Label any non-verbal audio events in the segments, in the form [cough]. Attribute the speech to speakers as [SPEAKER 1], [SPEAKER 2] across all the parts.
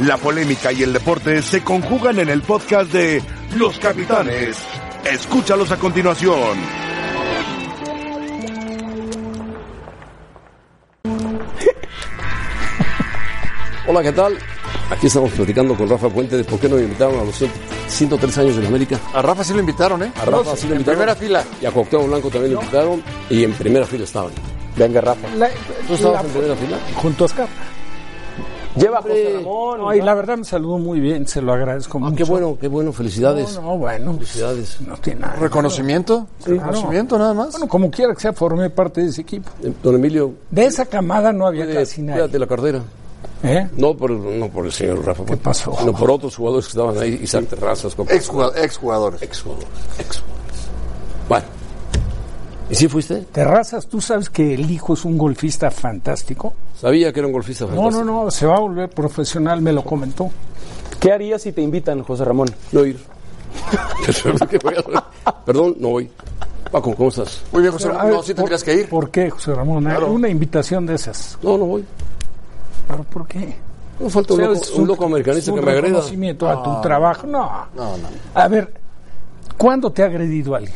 [SPEAKER 1] La polémica y el deporte se conjugan en el podcast de Los Capitanes. Escúchalos a continuación.
[SPEAKER 2] Hola, ¿qué tal? Aquí estamos platicando con Rafa Puente de por qué nos invitaron a los 100 103 años en América.
[SPEAKER 3] A Rafa sí lo invitaron, ¿eh?
[SPEAKER 2] A Rafa sí lo
[SPEAKER 3] En
[SPEAKER 2] invitaron.
[SPEAKER 3] primera fila.
[SPEAKER 2] Y a Cuauhtémoc Blanco también lo invitaron y en primera fila estaban.
[SPEAKER 4] Venga, Rafa.
[SPEAKER 5] La-
[SPEAKER 2] ¿Tú estabas
[SPEAKER 5] la-
[SPEAKER 2] en primera fila?
[SPEAKER 5] junto a Oscar.
[SPEAKER 4] Lleva a José
[SPEAKER 2] Hombre.
[SPEAKER 4] Ramón.
[SPEAKER 5] No, y la verdad me saludó muy bien, se lo agradezco
[SPEAKER 2] Ah,
[SPEAKER 5] mucho.
[SPEAKER 2] qué bueno, qué bueno, felicidades.
[SPEAKER 5] No, no, bueno, pues,
[SPEAKER 2] Felicidades.
[SPEAKER 5] no tiene nada.
[SPEAKER 3] Reconocimiento.
[SPEAKER 5] Claro.
[SPEAKER 3] Reconocimiento nada más.
[SPEAKER 5] Bueno, como quiera que sea, formé parte de ese equipo.
[SPEAKER 2] Eh, Don Emilio,
[SPEAKER 5] De esa camada no había
[SPEAKER 2] cuide-
[SPEAKER 5] casi
[SPEAKER 2] cuídate
[SPEAKER 5] nadie.
[SPEAKER 2] la cartera.
[SPEAKER 5] ¿eh?
[SPEAKER 2] No por, no por el señor Rafa Puente.
[SPEAKER 5] pasó?
[SPEAKER 2] No por otros jugadores que estaban ahí, Isaac Terrazas, Coca-
[SPEAKER 3] Exjugado- Exjugadores.
[SPEAKER 2] Exjugadores, exjugadores. Bueno. ¿Y sí fuiste?
[SPEAKER 5] Terrazas, ¿tú sabes que el hijo es un golfista fantástico?
[SPEAKER 2] Sabía que era un golfista
[SPEAKER 5] No,
[SPEAKER 2] fantástico.
[SPEAKER 5] no, no, se va a volver profesional, me lo comentó.
[SPEAKER 4] ¿Qué harías si te invitan, José Ramón?
[SPEAKER 2] No
[SPEAKER 4] [laughs]
[SPEAKER 2] ir. ¿Qué voy a hacer? [laughs] Perdón, no voy. Paco, ¿cómo estás?
[SPEAKER 3] Muy bien, José.
[SPEAKER 5] Pero, a ver,
[SPEAKER 3] No, sí tendrías
[SPEAKER 5] ¿por-
[SPEAKER 3] que ir.
[SPEAKER 5] ¿Por qué, José Ramón?
[SPEAKER 3] Claro.
[SPEAKER 5] Una invitación de esas.
[SPEAKER 2] No, no voy.
[SPEAKER 5] ¿Pero por qué?
[SPEAKER 2] No falta un
[SPEAKER 5] O sea,
[SPEAKER 2] loco,
[SPEAKER 5] es
[SPEAKER 2] un loco americanista
[SPEAKER 5] es
[SPEAKER 2] que
[SPEAKER 5] un
[SPEAKER 2] me agreda.
[SPEAKER 5] reconocimiento a tu trabajo. No. A ver, ¿cuándo te ha agredido alguien?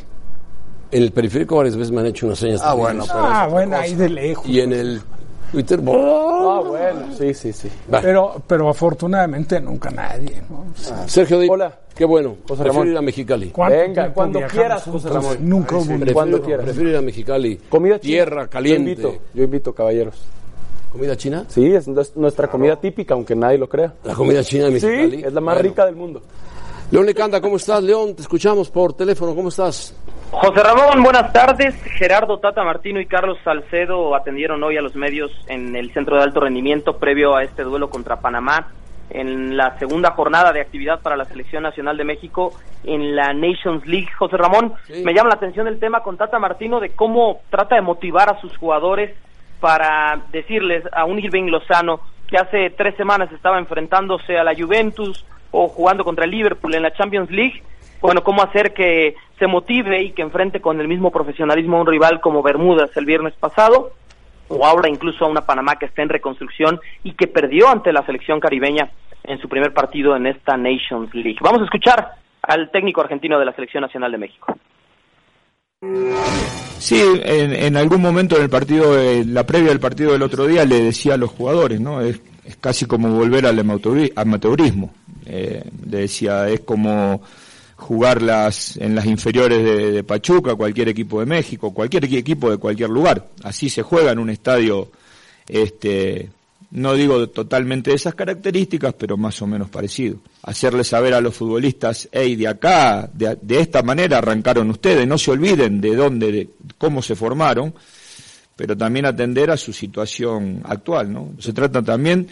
[SPEAKER 2] En el periférico varias veces me han hecho unas señas.
[SPEAKER 3] Ah,
[SPEAKER 2] terribles.
[SPEAKER 3] bueno.
[SPEAKER 5] Ah, bueno, ahí de lejos.
[SPEAKER 2] Y en el Twitter. ¡oh!
[SPEAKER 4] Ah, bueno. Sí, sí, sí.
[SPEAKER 2] Va.
[SPEAKER 5] Pero, pero afortunadamente nunca nadie. ¿no?
[SPEAKER 2] Sergio Di.
[SPEAKER 4] Hola.
[SPEAKER 2] Qué bueno.
[SPEAKER 4] José
[SPEAKER 2] Prefiero
[SPEAKER 4] Ramón.
[SPEAKER 2] ir a Mexicali.
[SPEAKER 5] ¿Cuánto
[SPEAKER 4] Venga,
[SPEAKER 5] tiempo
[SPEAKER 4] cuando
[SPEAKER 5] viajamos
[SPEAKER 4] quieras,
[SPEAKER 5] juntos?
[SPEAKER 4] José Ramón.
[SPEAKER 5] Nunca hubo un-
[SPEAKER 2] Prefiero-
[SPEAKER 4] Cuando quieras.
[SPEAKER 2] Prefiero ir a Mexicali.
[SPEAKER 4] Comida china.
[SPEAKER 2] Tierra caliente.
[SPEAKER 4] Yo invito, yo invito, caballeros.
[SPEAKER 2] ¿Comida china?
[SPEAKER 4] Sí, es nues- nuestra comida típica, aunque nadie lo crea.
[SPEAKER 2] La comida china de
[SPEAKER 4] Sí,
[SPEAKER 2] Mexicali.
[SPEAKER 4] es la más
[SPEAKER 2] Bueno.
[SPEAKER 4] rica del mundo.
[SPEAKER 2] León Lecanda, ¿cómo estás? León, te escuchamos por teléfono. ¿Cómo estás?
[SPEAKER 6] José Ramón, buenas tardes. Gerardo Tata Martino y Carlos Salcedo atendieron hoy a los medios en el Centro de Alto Rendimiento previo a este duelo contra Panamá en la segunda jornada de actividad para la Selección Nacional de México en la Nations League. José Ramón,
[SPEAKER 2] Sí.
[SPEAKER 6] me llama la atención el tema con Tata Martino de cómo trata de motivar a sus jugadores para decirles a un Irving Lozano que hace tres semanas estaba enfrentándose a la Juventus o jugando contra el Liverpool en la Champions League bueno, cómo hacer que se motive y que enfrente con el mismo profesionalismo a un rival como Bermudas el viernes pasado, o ahora incluso a una Panamá que está en reconstrucción y que perdió ante la selección caribeña en su primer partido en esta Nations League. Vamos a escuchar al técnico argentino de la Selección Nacional de México.
[SPEAKER 7] Sí, en, en algún momento en el partido, en la previa del partido del otro día, le decía a los jugadores, ¿no? Es, es casi como volver al amateuri- amateurismo. Eh, le decía, es como jugar las, en las inferiores de, de Pachuca, cualquier equipo de México, cualquier equi- equipo de cualquier lugar. Así se juega en un estadio, este, no digo totalmente de esas características, pero más o menos parecido. Hacerle saber a los futbolistas, hey, de acá, de, de esta manera arrancaron ustedes, no se olviden de dónde, de cómo se formaron, pero también atender a su situación actual, ¿no? Se trata también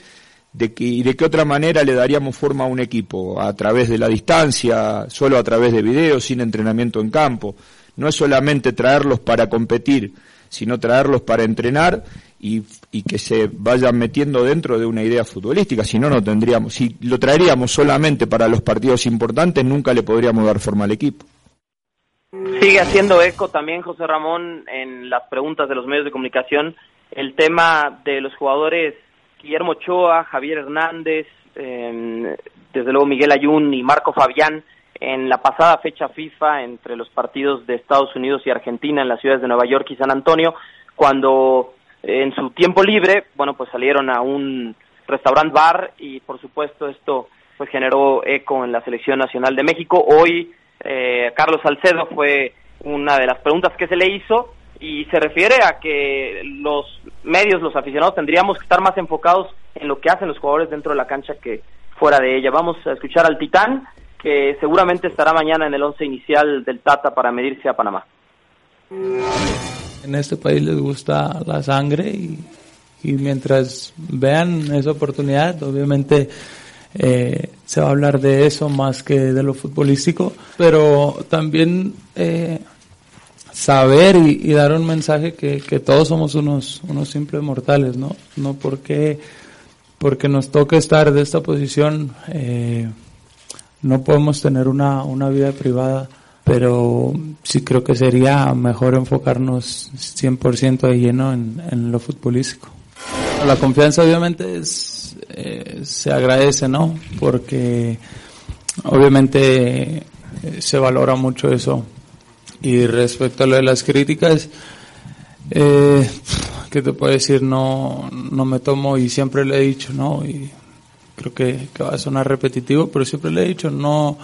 [SPEAKER 7] de que, y de qué otra manera le daríamos forma a un equipo, a través de la distancia, solo a través de videos, sin entrenamiento en campo. No es solamente traerlos para competir, sino traerlos para entrenar y, y que se vayan metiendo dentro de una idea futbolística, si no, no tendríamos, si lo traeríamos solamente para los partidos importantes, nunca le podríamos dar forma al equipo.
[SPEAKER 6] Sigue haciendo eco también, José Ramón, en las preguntas de los medios de comunicación, el tema de los jugadores Guillermo Ochoa, Javier Hernández, eh, desde luego Miguel Ayun y Marco Fabián, en la pasada fecha FIFA entre los partidos de Estados Unidos y Argentina en las ciudades de Nueva York y San Antonio, cuando eh, en su tiempo libre, bueno, pues salieron a un restaurant bar y por supuesto esto pues generó eco en la selección nacional de México. Hoy eh, Carlos Salcedo fue una de las preguntas que se le hizo y se refiere a que los medios, los aficionados tendríamos que estar más enfocados en lo que hacen los jugadores dentro de la cancha que fuera de ella. Vamos a escuchar al Titán que seguramente estará mañana en el once inicial del Tata para medirse a Panamá.
[SPEAKER 8] En este país les gusta la sangre y, y mientras vean esa oportunidad, obviamente eh, se va a hablar de eso más que de lo futbolístico, pero también eh, saber y, y dar un mensaje que, que todos somos unos, unos simples mortales, ¿no? No porque, porque nos toca estar de esta posición. eh, no podemos tener una, una vida privada, pero sí creo que sería mejor enfocarnos 100% de lleno en, en lo futbolístico. La confianza obviamente es, eh, se agradece, ¿no? Porque obviamente eh, se valora mucho eso. Y respecto a lo de las críticas, eh, ¿qué te puedo decir? No, no me tomo y siempre le he dicho, ¿no? Y creo que, que va a sonar repetitivo, pero siempre le he dicho, no,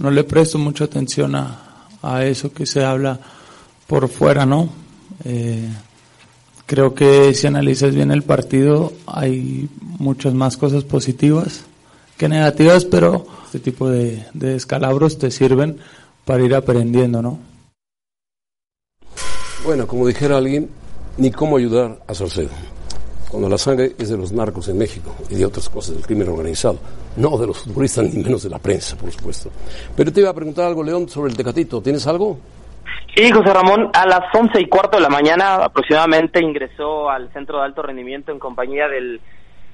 [SPEAKER 8] no le presto mucha atención a, a eso que se habla por fuera, ¿no? Eh, creo que si analizas bien el partido hay muchas más cosas positivas que negativas, pero este tipo de, de descalabros te sirven para ir aprendiendo, ¿no?
[SPEAKER 2] Bueno, como dijera alguien, ni cómo ayudar a Salcedo. Cuando la sangre es de los narcos en México y de otras cosas del crimen organizado, no de los futbolistas [laughs] ni menos de la prensa, por supuesto. Pero te iba a preguntar algo, León, sobre el Tecatito. ¿Tienes algo?
[SPEAKER 6] Sí, José Ramón, a las once y cuarto de la mañana aproximadamente ingresó al centro de alto rendimiento en compañía del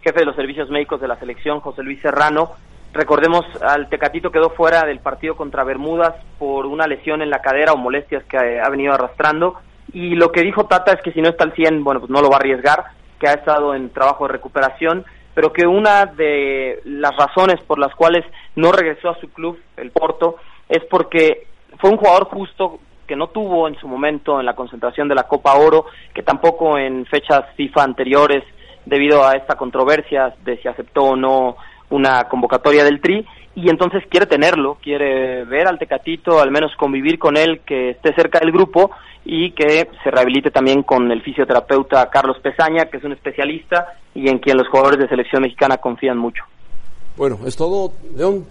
[SPEAKER 6] jefe de los servicios médicos de la selección, José Luis Serrano. Recordemos, al Tecatito quedó fuera del partido contra Bermudas por una lesión en la cadera o molestias que eh, ha venido arrastrando. Y lo que dijo Tata es que si no está al 100, bueno, pues no lo va a arriesgar, que ha estado en trabajo de recuperación, pero que una de las razones por las cuales no regresó a su club, el Porto, es porque fue un jugador justo que no tuvo en su momento en la concentración de la Copa Oro, que tampoco en fechas FIFA anteriores, debido a esta controversia de si aceptó o no una convocatoria del Tri, y entonces quiere tenerlo, quiere ver al Tecatito, al menos convivir con él, que esté cerca del grupo y que se rehabilite también con el fisioterapeuta Carlos Pesaña, que es un especialista y en quien los jugadores de selección mexicana confían mucho.
[SPEAKER 2] Bueno, es todo, León.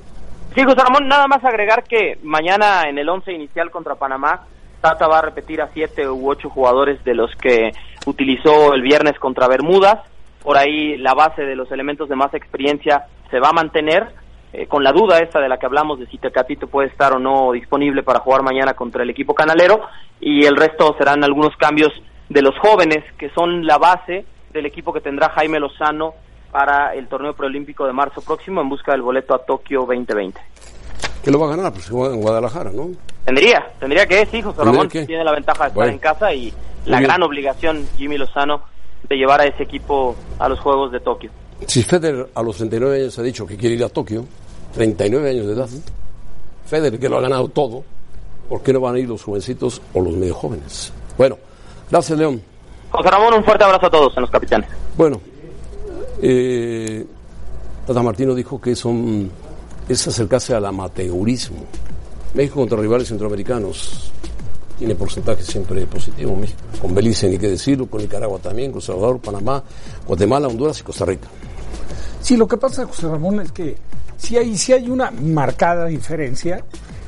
[SPEAKER 6] Sí, José Ramón, nada más agregar que mañana en el once inicial contra Panamá, Tata va a repetir a siete u ocho jugadores de los que utilizó el viernes contra Bermudas. Por ahí la base de los elementos de más experiencia se va a mantener, eh, con la duda esta de la que hablamos de si Tecatito puede estar o no disponible para jugar mañana contra el equipo canalero, y el resto serán algunos cambios de los jóvenes, que son la base del equipo que tendrá Jaime Lozano para el torneo preolímpico de marzo próximo en busca del boleto a Tokio 2020.
[SPEAKER 2] Que lo va a ganar, pues en Guadalajara, ¿no?
[SPEAKER 6] Tendría, tendría que, sí, José
[SPEAKER 2] ¿Tendría
[SPEAKER 6] Ramón
[SPEAKER 2] que?
[SPEAKER 6] tiene la ventaja de estar
[SPEAKER 2] Bueno.
[SPEAKER 6] en casa y la
[SPEAKER 2] bien.
[SPEAKER 6] gran obligación, Jimmy Lozano, de llevar a ese equipo a los Juegos de Tokio.
[SPEAKER 2] Si Federer a los 39 años ha dicho que quiere ir a Tokio, 39 años de edad, Federer que lo ha ganado todo, ¿por qué no van a ir los jovencitos o los medio jóvenes? Bueno, gracias, León.
[SPEAKER 6] José Ramón, un fuerte abrazo a todos en los capitanes.
[SPEAKER 2] Bueno, eh, Tata Martino dijo que son, es acercarse al amateurismo. México contra rivales centroamericanos tiene porcentaje siempre positivo. México. Con Belice ni qué decirlo, con Nicaragua también, con Salvador, Panamá, Guatemala, Honduras y Costa Rica.
[SPEAKER 5] Sí, lo que pasa, José Ramón, es que sí hay, sí hay una marcada diferencia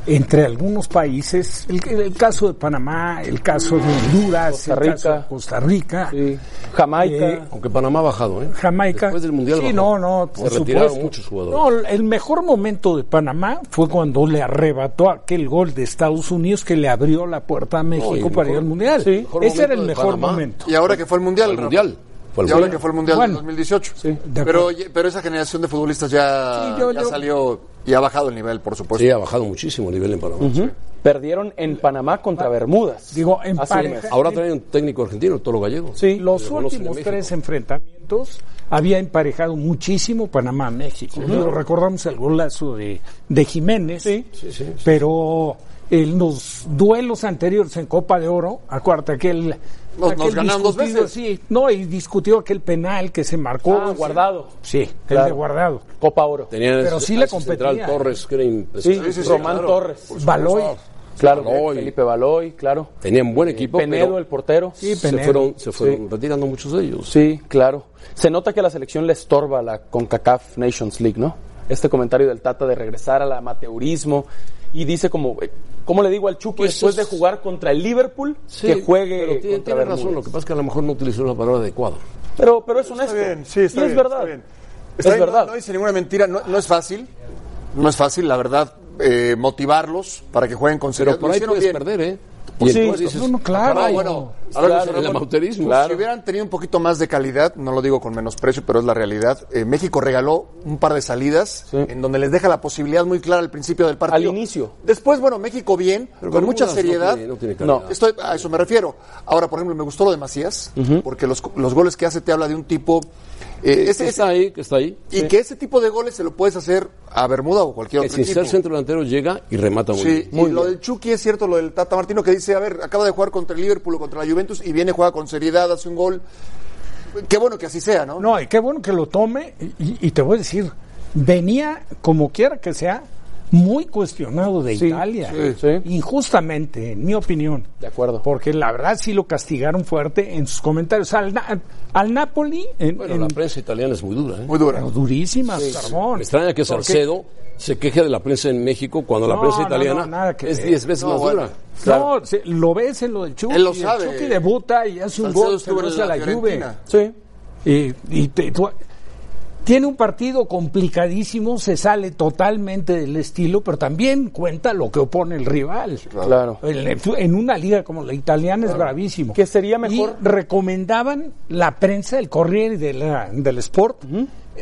[SPEAKER 5] entre algunos países, el, el caso de Panamá, el caso de Honduras,
[SPEAKER 4] Costa
[SPEAKER 5] el caso de
[SPEAKER 4] Rica.
[SPEAKER 5] Costa Rica,
[SPEAKER 4] Sí. Jamaica.
[SPEAKER 5] Eh,
[SPEAKER 2] Aunque Panamá ha bajado, ¿eh?
[SPEAKER 5] Jamaica.
[SPEAKER 2] Después del Mundial
[SPEAKER 5] Sí,
[SPEAKER 2] bajó.
[SPEAKER 5] no, no,
[SPEAKER 2] Se
[SPEAKER 5] por
[SPEAKER 2] retiraron
[SPEAKER 5] supuesto.
[SPEAKER 2] muchos jugadores.
[SPEAKER 5] No, el mejor momento de Panamá fue cuando le arrebató aquel gol de Estados Unidos que le abrió la puerta a México
[SPEAKER 2] y el
[SPEAKER 5] para ir
[SPEAKER 2] mejor-
[SPEAKER 5] al Mundial.
[SPEAKER 2] sí. mejor
[SPEAKER 5] Ese era el
[SPEAKER 2] momento de
[SPEAKER 5] mejor
[SPEAKER 2] Panamá.
[SPEAKER 5] momento.
[SPEAKER 3] Y ahora que fue el Mundial.
[SPEAKER 2] Al
[SPEAKER 3] Rafa.
[SPEAKER 2] Mundial. Fue al
[SPEAKER 3] Y ahora
[SPEAKER 2] Mundial.
[SPEAKER 3] que fue el Mundial del
[SPEAKER 5] Bueno.
[SPEAKER 3] 2018.
[SPEAKER 5] de
[SPEAKER 3] pero,
[SPEAKER 5] acuerdo.
[SPEAKER 3] oye, pero esa generación de futbolistas ya,
[SPEAKER 5] Sí, yo-
[SPEAKER 3] ya
[SPEAKER 5] yo-
[SPEAKER 3] salió y ha bajado el nivel, por supuesto.
[SPEAKER 2] Sí, ha bajado muchísimo el nivel en Panamá.
[SPEAKER 4] Perdieron en Panamá contra Bermudas.
[SPEAKER 5] Digo, en
[SPEAKER 4] Hace un
[SPEAKER 5] pareja.
[SPEAKER 4] mes.
[SPEAKER 2] Ahora trae un técnico argentino, Tolo Gallego.
[SPEAKER 5] Sí, los
[SPEAKER 2] Lo conocen en
[SPEAKER 5] últimos
[SPEAKER 2] México.
[SPEAKER 5] tres enfrentamientos había emparejado muchísimo Panamá-México. Lo Recordamos el golazo de, de Jiménez, pero en los duelos anteriores en Copa de Oro, acuérdate aquel...
[SPEAKER 3] Nos- nos ganaron dos
[SPEAKER 5] discutido,
[SPEAKER 3] veces.
[SPEAKER 5] sí, no, y discutió aquel penal que se marcó.
[SPEAKER 4] Ah, guardado.
[SPEAKER 5] Sí, el de
[SPEAKER 4] Claro.
[SPEAKER 5] Guardado.
[SPEAKER 4] Copa Oro.
[SPEAKER 2] Tenían
[SPEAKER 5] Pero
[SPEAKER 2] el-
[SPEAKER 5] sí le
[SPEAKER 2] al central
[SPEAKER 5] competía.
[SPEAKER 2] Torres, que era
[SPEAKER 4] Sí,
[SPEAKER 2] impresionante.
[SPEAKER 4] Román
[SPEAKER 2] claro.
[SPEAKER 4] Torres.
[SPEAKER 5] Baloy.
[SPEAKER 4] Claro,
[SPEAKER 2] Baloy.
[SPEAKER 4] Felipe Baloy, claro.
[SPEAKER 2] Tenían buen equipo,
[SPEAKER 4] Penedo,
[SPEAKER 2] pero
[SPEAKER 4] el portero.
[SPEAKER 5] Sí,
[SPEAKER 2] se
[SPEAKER 5] Penedo.
[SPEAKER 2] fueron, se fueron retirando muchos de ellos.
[SPEAKER 4] Sí, claro. Se nota que a la selección le estorba la CONCACAF Nations League, ¿no? Este comentario del Tata de regresar al amateurismo y dice como, eh, ¿cómo le digo al Chucky
[SPEAKER 2] Pues
[SPEAKER 4] después
[SPEAKER 2] es-
[SPEAKER 4] de jugar contra el Liverpool
[SPEAKER 2] Sí,
[SPEAKER 4] que juegue
[SPEAKER 2] pero tiene,
[SPEAKER 4] contra
[SPEAKER 2] tiene
[SPEAKER 4] Bermudas?
[SPEAKER 2] razón, lo que pasa es que a lo mejor no utilizó la palabra adecuada.
[SPEAKER 4] Pero, pero es honesto.
[SPEAKER 9] Está bien, sí, está
[SPEAKER 4] y es
[SPEAKER 9] bien,
[SPEAKER 4] verdad.
[SPEAKER 9] está bien. Está
[SPEAKER 4] es
[SPEAKER 9] bien, no-
[SPEAKER 4] verdad.
[SPEAKER 9] no
[SPEAKER 3] No dice ninguna mentira, no, no es fácil. No es fácil, la verdad, eh, motivarlos para que jueguen con
[SPEAKER 2] Pero
[SPEAKER 9] Lo
[SPEAKER 2] por ahí
[SPEAKER 9] hicieron
[SPEAKER 2] puedes
[SPEAKER 9] bien.
[SPEAKER 2] perder, ¿eh? Y
[SPEAKER 4] Sí.
[SPEAKER 2] entonces dices,
[SPEAKER 5] No, no, claro.
[SPEAKER 3] Ah,
[SPEAKER 2] Ay,
[SPEAKER 3] bueno, a ver,
[SPEAKER 2] claro,
[SPEAKER 3] José
[SPEAKER 2] el
[SPEAKER 3] Ramón,
[SPEAKER 2] amateurismo.
[SPEAKER 3] Si hubieran tenido un poquito más de calidad, no lo digo con menosprecio, pero es la realidad. eh, México regaló un par de salidas
[SPEAKER 4] Sí.
[SPEAKER 3] en donde les deja la posibilidad muy clara al principio del partido.
[SPEAKER 4] Al inicio.
[SPEAKER 3] Después, bueno, México bien,
[SPEAKER 2] Pero
[SPEAKER 3] con mucha
[SPEAKER 2] Bermudas no
[SPEAKER 3] seriedad.
[SPEAKER 2] tiene- no tiene
[SPEAKER 4] calidad.
[SPEAKER 3] No, estoy, a eso me refiero. Ahora, por ejemplo, me gustó lo de Macías, porque los, los goles que hace te habla de un tipo. eh, ese-
[SPEAKER 2] Que está ahí, que está ahí.
[SPEAKER 3] y que ese tipo de goles se lo puedes hacer a Bermuda o cualquier
[SPEAKER 2] Que
[SPEAKER 3] otro
[SPEAKER 2] sin ser
[SPEAKER 3] equipo.
[SPEAKER 2] centro delantero llega y remata muy
[SPEAKER 3] Sí,
[SPEAKER 2] bien.
[SPEAKER 3] y lo del Chucky es cierto, lo del Tata Martino que dice, a ver, acaba de jugar contra el Liverpool o contra la Juventus y viene, juega con seriedad, hace un gol. Qué bueno que así sea, ¿no?
[SPEAKER 5] No, y qué bueno que lo tome. Y, y te voy a decir, venía, como quiera que sea, muy cuestionado de
[SPEAKER 4] Sí,
[SPEAKER 5] Italia.
[SPEAKER 4] sí, sí.
[SPEAKER 5] Injustamente, en mi opinión.
[SPEAKER 4] De acuerdo.
[SPEAKER 5] Porque la verdad sí lo castigaron fuerte en sus comentarios. Al, Na- al Napoli, en,
[SPEAKER 2] Bueno,
[SPEAKER 5] en-
[SPEAKER 2] la prensa italiana es muy dura. ¿eh?
[SPEAKER 3] Muy dura.
[SPEAKER 5] pero durísimas, Sarmón.
[SPEAKER 2] Me extraña que
[SPEAKER 5] Porque-
[SPEAKER 2] Salcedo se queje de la prensa en México cuando la
[SPEAKER 5] No,
[SPEAKER 2] prensa
[SPEAKER 5] no, no,
[SPEAKER 2] italiana
[SPEAKER 5] nada que
[SPEAKER 2] es
[SPEAKER 5] ver.
[SPEAKER 2] 10 veces
[SPEAKER 3] No,
[SPEAKER 2] más
[SPEAKER 3] bueno.
[SPEAKER 2] dura.
[SPEAKER 5] No, se- lo ves en lo del Chucky.
[SPEAKER 3] Él lo
[SPEAKER 5] el
[SPEAKER 3] sabe.
[SPEAKER 5] Chucky debuta y hace un
[SPEAKER 3] Salcedo
[SPEAKER 5] gol, se
[SPEAKER 3] estuvo
[SPEAKER 5] lo
[SPEAKER 3] en
[SPEAKER 5] hace a
[SPEAKER 3] la
[SPEAKER 5] la Juve.
[SPEAKER 3] Fiorentina.
[SPEAKER 4] Sí.
[SPEAKER 5] Y, y te- tú- tiene un partido complicadísimo, se sale totalmente del estilo, pero también cuenta lo que opone el rival.
[SPEAKER 4] Claro.
[SPEAKER 5] En, en una liga como la italiana es bravísimo.
[SPEAKER 4] Que sería mejor-
[SPEAKER 5] Y recomendaban la prensa, el Corriere de la- del Sport,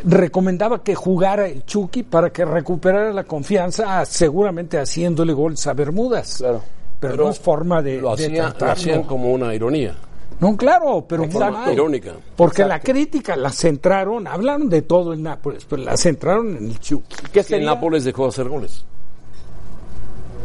[SPEAKER 5] recomendaba que jugara el Chucky para que recuperara la confianza, seguramente haciéndole goles a Bermudas.
[SPEAKER 4] Claro.
[SPEAKER 5] Pero, no es forma de,
[SPEAKER 2] Lo
[SPEAKER 5] de
[SPEAKER 2] hacían, lo
[SPEAKER 5] tratarlo.
[SPEAKER 2] hacían como una ironía.
[SPEAKER 5] No, claro, pero muy
[SPEAKER 2] forma
[SPEAKER 5] mal.
[SPEAKER 2] irónica.
[SPEAKER 5] Porque la crítica la centraron, hablaron de todo en Nápoles, pero la centraron en el Chucky.
[SPEAKER 4] ¿Qué
[SPEAKER 2] Que el
[SPEAKER 4] sería?
[SPEAKER 2] Nápoles dejó de hacer goles.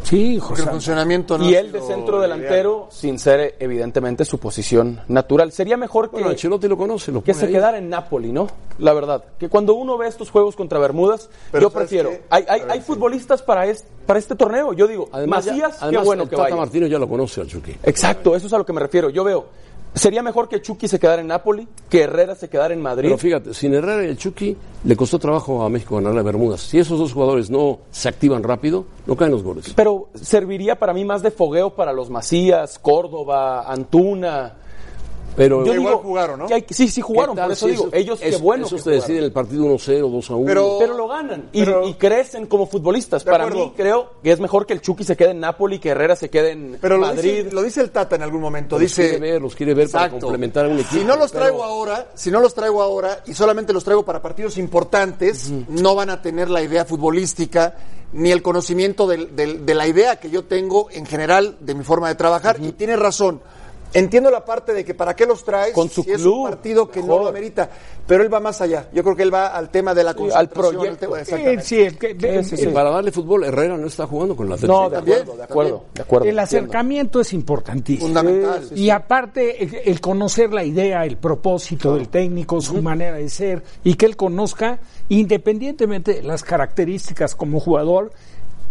[SPEAKER 5] Sí,
[SPEAKER 3] Porque
[SPEAKER 5] José.
[SPEAKER 3] el funcionamiento no
[SPEAKER 4] Y
[SPEAKER 3] ha
[SPEAKER 4] él de
[SPEAKER 3] sido
[SPEAKER 4] centro
[SPEAKER 3] ideal.
[SPEAKER 4] delantero, sin ser eh, evidentemente su posición natural. Sería mejor que,
[SPEAKER 2] Bueno, Ancelotti lo conoce, lo
[SPEAKER 4] que
[SPEAKER 2] pone
[SPEAKER 4] se
[SPEAKER 2] ahí.
[SPEAKER 4] quedara en Napoli, ¿no? La verdad. Que cuando uno ve estos juegos contra Bermudas,
[SPEAKER 3] Pero
[SPEAKER 4] yo
[SPEAKER 3] ¿sabes
[SPEAKER 4] prefiero.
[SPEAKER 3] qué?
[SPEAKER 4] Hay, hay, hay futbolistas para este, para este torneo. Yo digo,
[SPEAKER 2] Además, ya-
[SPEAKER 4] Macías,
[SPEAKER 2] además,
[SPEAKER 4] qué bueno
[SPEAKER 2] el
[SPEAKER 4] que
[SPEAKER 2] Tata
[SPEAKER 4] vaya.
[SPEAKER 2] Martino ya lo conoce al Chucky.
[SPEAKER 4] Exacto, eso es a lo que me refiero. Yo veo, sería mejor que Chucky se quedara en Napoli, que Herrera se quedara en Madrid.
[SPEAKER 2] Pero fíjate, sin Herrera y el Chucky le costó trabajo a México ganar la Bermudas. Si esos dos jugadores no se activan rápido, no caen los goles.
[SPEAKER 4] Pero serviría para mí más de fogueo para los Macías, Córdoba, Antuna.
[SPEAKER 2] Pero
[SPEAKER 4] Yo
[SPEAKER 3] igual
[SPEAKER 4] digo,
[SPEAKER 3] jugaron, ¿no?
[SPEAKER 4] que hay- sí, sí jugaron,
[SPEAKER 2] ¿qué tal
[SPEAKER 4] por eso
[SPEAKER 2] si
[SPEAKER 4] digo.
[SPEAKER 2] esos-
[SPEAKER 4] Ellos, qué
[SPEAKER 2] es-
[SPEAKER 4] bueno.
[SPEAKER 2] Esos te
[SPEAKER 4] que jugaron.
[SPEAKER 2] deciden el partido 1-0, 2-1.
[SPEAKER 3] Pero-
[SPEAKER 4] Pero lo ganan y,
[SPEAKER 3] Pero-
[SPEAKER 4] y crecen como futbolistas.
[SPEAKER 3] De
[SPEAKER 4] Para
[SPEAKER 3] acuerdo.
[SPEAKER 4] mí creo que es mejor que el Chucky se quede en Napoli, que Herrera se quede en
[SPEAKER 3] Pero lo
[SPEAKER 4] Madrid.
[SPEAKER 3] dice, lo dice el Tata en algún momento.
[SPEAKER 2] Los
[SPEAKER 3] dice,
[SPEAKER 2] quiere ver, los quiere ver para complementar a un equipo,
[SPEAKER 3] Si no los
[SPEAKER 2] pero-
[SPEAKER 3] traigo ahora, si no los traigo ahora y solamente los traigo para partidos importantes, no van a tener la idea futbolística ni el conocimiento del- del- de la idea que yo tengo en general de mi forma de trabajar. Y tiene razón. Entiendo la parte de que para qué los traes
[SPEAKER 4] Con su
[SPEAKER 3] si es un
[SPEAKER 4] club,
[SPEAKER 3] partido que no
[SPEAKER 4] mejor.
[SPEAKER 3] lo amerita. Pero él va más allá. Yo creo que él va al tema de la
[SPEAKER 4] al
[SPEAKER 3] concentración.
[SPEAKER 4] proyecto.
[SPEAKER 3] al tema-
[SPEAKER 5] Sí,
[SPEAKER 3] exactamente.
[SPEAKER 5] sí, el, que- el-
[SPEAKER 4] Sí,
[SPEAKER 2] Y
[SPEAKER 4] sí, sí.
[SPEAKER 2] para darle fútbol, Herrera no está jugando con la
[SPEAKER 4] No,
[SPEAKER 2] selección.
[SPEAKER 4] de
[SPEAKER 3] también,
[SPEAKER 4] acuerdo, de acuerdo,
[SPEAKER 3] también.
[SPEAKER 4] de acuerdo.
[SPEAKER 5] el acercamiento es importantísimo.
[SPEAKER 3] Fundamental.
[SPEAKER 5] y aparte, el, el conocer la idea, el propósito del técnico, su manera de ser, y que él conozca, independientemente de las características como jugador,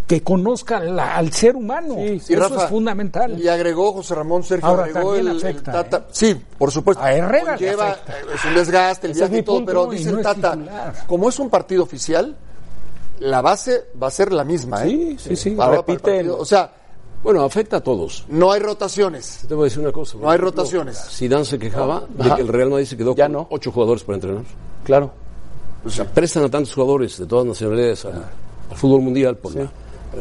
[SPEAKER 5] que conozca la- al ser humano.
[SPEAKER 3] Y
[SPEAKER 5] Eso
[SPEAKER 3] Rafa,
[SPEAKER 5] es fundamental.
[SPEAKER 3] Y agregó José Ramón Sergio
[SPEAKER 5] Ahora
[SPEAKER 3] agregó
[SPEAKER 5] también
[SPEAKER 3] el, el
[SPEAKER 5] afecta,
[SPEAKER 3] Tata.
[SPEAKER 5] ¿eh?
[SPEAKER 3] Sí, por supuesto.
[SPEAKER 5] A Herrera le
[SPEAKER 3] Conlleva,
[SPEAKER 5] afecta.
[SPEAKER 3] eh, es un desgaste, el
[SPEAKER 5] Ese es
[SPEAKER 3] viaje y
[SPEAKER 5] mi
[SPEAKER 3] todo,
[SPEAKER 5] punto,
[SPEAKER 3] pero
[SPEAKER 5] no, y
[SPEAKER 3] dice
[SPEAKER 5] no
[SPEAKER 3] el
[SPEAKER 5] es
[SPEAKER 3] Tata,
[SPEAKER 5] titular.
[SPEAKER 3] como es un partido oficial, la base va a ser la misma, ¿eh?
[SPEAKER 4] Sí, sí, sí,
[SPEAKER 3] Para- para el
[SPEAKER 4] repiten.
[SPEAKER 3] partido. o sea,
[SPEAKER 2] Bueno, afecta a todos.
[SPEAKER 3] no hay rotaciones.
[SPEAKER 2] Te voy a decir una cosa. por
[SPEAKER 3] No hay
[SPEAKER 2] ejemplo,
[SPEAKER 3] rotaciones.
[SPEAKER 2] Zidane se quejaba de
[SPEAKER 4] Ajá.
[SPEAKER 2] que el Real Madrid se quedó
[SPEAKER 4] Ya
[SPEAKER 2] con
[SPEAKER 4] no.
[SPEAKER 2] ocho jugadores para entrenar.
[SPEAKER 4] Claro.
[SPEAKER 2] O sea, prestan a tantos jugadores de todas nacionalidades al, al fútbol mundial por la,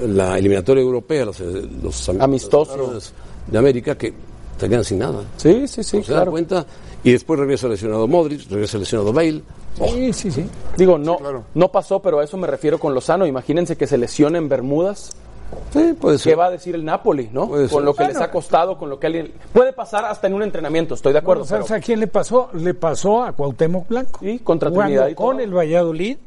[SPEAKER 2] la eliminatoria europea, los, eh, los am-
[SPEAKER 4] Amistosos.
[SPEAKER 2] los de América, que se quedan sin nada.
[SPEAKER 4] Sí, sí, sí,
[SPEAKER 2] se dan
[SPEAKER 4] claro.
[SPEAKER 2] cuenta y después regresa lesionado Modric, regresa lesionado Bale. Oh,
[SPEAKER 5] Sí, sí, sí.
[SPEAKER 4] Digo, no, no pasó, pero a eso me refiero con Lozano. Imagínense que se lesione en Bermudas.
[SPEAKER 2] sí, puede
[SPEAKER 4] ¿Qué
[SPEAKER 2] ser.
[SPEAKER 4] va a decir el Napoli, no?
[SPEAKER 2] Puede ser.
[SPEAKER 4] Con lo que
[SPEAKER 5] Bueno.
[SPEAKER 4] les ha costado, con lo que alguien... Puede pasar hasta en un entrenamiento, estoy de acuerdo.
[SPEAKER 5] Bueno, ¿Sabes
[SPEAKER 4] pero-
[SPEAKER 5] a quién le pasó? Le pasó a Cuauhtémoc Blanco.
[SPEAKER 4] Sí, contra
[SPEAKER 5] Jugando
[SPEAKER 4] Trinidad y
[SPEAKER 5] con
[SPEAKER 4] Tobago.
[SPEAKER 5] el Valladolid,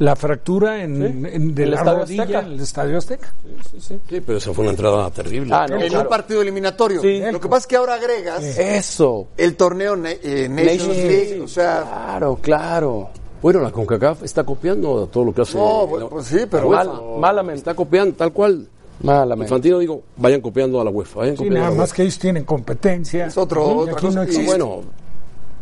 [SPEAKER 5] la fractura en,
[SPEAKER 4] Sí.
[SPEAKER 5] en- de
[SPEAKER 4] El
[SPEAKER 5] la
[SPEAKER 4] Estadio
[SPEAKER 5] rodilla
[SPEAKER 4] Azteca.
[SPEAKER 5] en el Estadio Azteca.
[SPEAKER 2] Sí, pero esa fue una entrada terrible.
[SPEAKER 4] Ah, no,
[SPEAKER 3] en un
[SPEAKER 4] claro.
[SPEAKER 3] partido eliminatorio.
[SPEAKER 4] Sí.
[SPEAKER 3] Lo que pasa es que ahora agregas
[SPEAKER 4] Eso.
[SPEAKER 3] el torneo na- eh, Nations
[SPEAKER 4] Nations
[SPEAKER 3] League, o sea,
[SPEAKER 4] Claro, claro.
[SPEAKER 2] Bueno, la CONCACAF está copiando todo lo que hace.
[SPEAKER 3] no,
[SPEAKER 2] la-
[SPEAKER 3] pues, pues sí, pero
[SPEAKER 4] Mal-
[SPEAKER 3] bueno,
[SPEAKER 4] malamente.
[SPEAKER 2] Está copiando tal cual.
[SPEAKER 4] Malamente.
[SPEAKER 2] Infantino digo, vayan copiando a la UEFA. Vayan
[SPEAKER 5] Sí,
[SPEAKER 2] copiando
[SPEAKER 5] nada
[SPEAKER 2] a la
[SPEAKER 5] más
[SPEAKER 2] UEFA. Ah,
[SPEAKER 5] que ellos tienen competencia.
[SPEAKER 3] Es otro-
[SPEAKER 5] Y
[SPEAKER 3] otra
[SPEAKER 5] aquí
[SPEAKER 3] cosa.
[SPEAKER 5] no
[SPEAKER 3] Y-
[SPEAKER 5] existe.
[SPEAKER 2] Bueno,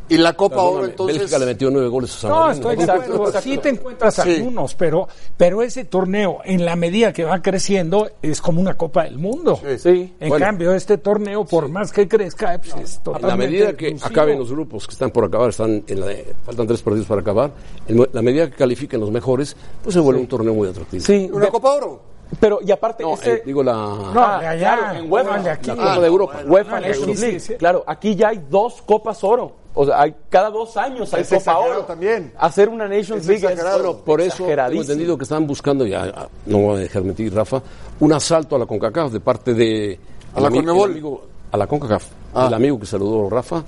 [SPEAKER 3] y la Copa ahora
[SPEAKER 2] perdóname,
[SPEAKER 3] entonces
[SPEAKER 2] Bélgica le metió nueve goles a San
[SPEAKER 5] No,
[SPEAKER 2] Marino.
[SPEAKER 5] estoy de
[SPEAKER 4] Exacto,
[SPEAKER 5] acuerdo.
[SPEAKER 4] exacto.
[SPEAKER 5] Sí te encuentras
[SPEAKER 3] Sí.
[SPEAKER 5] algunos, pero, pero ese torneo, en la medida que va creciendo, es como una Copa del Mundo.
[SPEAKER 4] Sí.
[SPEAKER 5] En
[SPEAKER 2] Bueno.
[SPEAKER 5] cambio, este torneo, por más que crezca, pues, es
[SPEAKER 2] En la
[SPEAKER 5] totalmente
[SPEAKER 2] medida que
[SPEAKER 5] exclusivo.
[SPEAKER 2] acaben los grupos que están por acabar, están en la- faltan tres partidos para acabar, en mo- la medida que califiquen los mejores, pues se vuelve un torneo muy atractivo.
[SPEAKER 4] Sí,
[SPEAKER 3] una
[SPEAKER 4] de-
[SPEAKER 3] Copa Oro.
[SPEAKER 4] Pero, y aparte,
[SPEAKER 2] No,
[SPEAKER 4] este-
[SPEAKER 2] eh, digo la.
[SPEAKER 5] No,
[SPEAKER 4] Ah,
[SPEAKER 5] de allá.
[SPEAKER 4] claro, en UEFA,
[SPEAKER 5] No, de aquí.
[SPEAKER 4] la
[SPEAKER 5] Ah,
[SPEAKER 4] Copa de Europa,
[SPEAKER 5] bueno.
[SPEAKER 4] UEFA
[SPEAKER 5] Ah,
[SPEAKER 4] Nations
[SPEAKER 5] sí,
[SPEAKER 4] League.
[SPEAKER 5] sí.
[SPEAKER 4] Claro, aquí ya hay dos Copas Oro. O sea, hay, cada dos años hay
[SPEAKER 3] Es
[SPEAKER 4] Copa
[SPEAKER 3] exagerado
[SPEAKER 4] Oro.
[SPEAKER 3] también.
[SPEAKER 4] Hacer una Nations
[SPEAKER 3] Es
[SPEAKER 4] League
[SPEAKER 3] exagerado.
[SPEAKER 4] es
[SPEAKER 3] Bueno,
[SPEAKER 2] Por eso tengo
[SPEAKER 4] exageradísimo.
[SPEAKER 2] entendido que están buscando, ya ah, no me voy a dejar mentir, Rafa, un asalto a la CONCACAF de parte de.
[SPEAKER 3] ¿A la
[SPEAKER 2] el ami- el
[SPEAKER 3] Conmebol?
[SPEAKER 2] amigo- A la CONCACAF.
[SPEAKER 3] Ah.
[SPEAKER 2] El amigo que saludó Rafa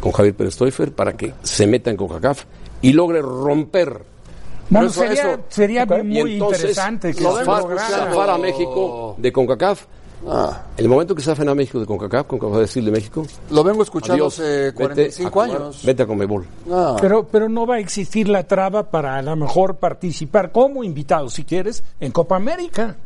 [SPEAKER 2] con Javier Pérez Stoifer para que se meta en CONCACAF y logre romper.
[SPEAKER 5] Bueno,
[SPEAKER 2] eso-
[SPEAKER 5] sería,
[SPEAKER 2] eso-
[SPEAKER 5] sería muy
[SPEAKER 2] y entonces,
[SPEAKER 5] interesante que
[SPEAKER 2] lo
[SPEAKER 5] se
[SPEAKER 2] zafar-
[SPEAKER 5] lograra.
[SPEAKER 2] zafar a
[SPEAKER 5] Oh.
[SPEAKER 2] México de CONCACAF.
[SPEAKER 5] Ah.
[SPEAKER 2] En el momento que zafen a México de CONCACAF, CONCACAF va a decirle México,
[SPEAKER 3] Lo vengo escuchando
[SPEAKER 2] adiós,
[SPEAKER 5] eh,
[SPEAKER 3] hace
[SPEAKER 2] vete
[SPEAKER 3] 45
[SPEAKER 2] a Conmebol,
[SPEAKER 3] años.
[SPEAKER 2] Vete a Conmebol.
[SPEAKER 3] Ah,
[SPEAKER 5] Pero, pero no va a existir la traba para a lo mejor participar como invitado, si quieres, en Copa América.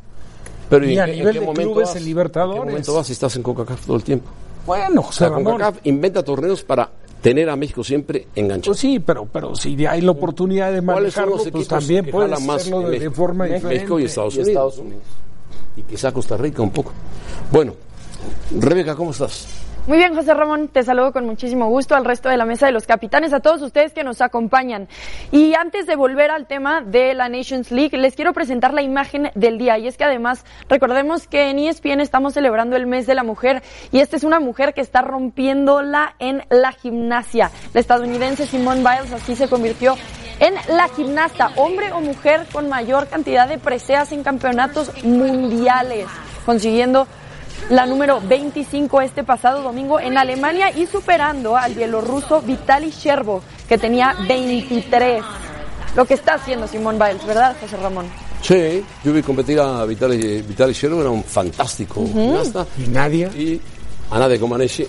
[SPEAKER 2] Pero
[SPEAKER 5] Y
[SPEAKER 2] ¿en
[SPEAKER 5] a
[SPEAKER 2] qué- en
[SPEAKER 5] nivel
[SPEAKER 2] qué
[SPEAKER 5] de
[SPEAKER 2] momento
[SPEAKER 5] clubes
[SPEAKER 2] vas?
[SPEAKER 5] en
[SPEAKER 2] ¿En qué
[SPEAKER 5] Libertadores.
[SPEAKER 2] momento vas si estás en CONCACAF todo el tiempo?
[SPEAKER 5] Bueno, José
[SPEAKER 2] La
[SPEAKER 5] Ramón.
[SPEAKER 2] CONCACAF inventa torneos para tener a México siempre enganchado.
[SPEAKER 5] Pues sí, pero, pero si de- hay la oportunidad de
[SPEAKER 2] ¿Cuáles son
[SPEAKER 5] manejarlo,
[SPEAKER 2] los
[SPEAKER 5] pues
[SPEAKER 2] equipos
[SPEAKER 5] también
[SPEAKER 2] que
[SPEAKER 5] puedes
[SPEAKER 2] jalan más
[SPEAKER 5] hacerlo
[SPEAKER 2] en
[SPEAKER 5] de, de
[SPEAKER 2] México?
[SPEAKER 5] forma
[SPEAKER 2] México
[SPEAKER 5] diferente.
[SPEAKER 2] y Estados
[SPEAKER 4] Y
[SPEAKER 2] Unidos.
[SPEAKER 4] Estados Unidos.
[SPEAKER 2] Y quizá Costa Rica un poco. Bueno, Rebeca, ¿cómo estás?
[SPEAKER 9] Muy bien, José Ramón, te saludo con muchísimo gusto al resto de la mesa de los capitanes, a todos ustedes que nos acompañan. Y antes de volver al tema de la Nations League, les quiero presentar la imagen del día. Y es que además, recordemos que en E ESPN estamos celebrando el mes de la mujer y esta es una mujer que está rompiéndola en la gimnasia. La estadounidense Simone Biles así se convirtió en la gimnasta, hombre o mujer con mayor cantidad de preseas en campeonatos mundiales, consiguiendo la número 25 este pasado domingo en Alemania y superando al bielorruso Vitaly Sherbo, que tenía 23. Lo que está haciendo Simón Biles, ¿verdad, José Ramón?
[SPEAKER 2] Sí, yo vi competir a Vitaly, Vitaly Sherbo, era un fantástico gimnasta.
[SPEAKER 5] ¿Y nadie?
[SPEAKER 2] Y Ana de Comaneci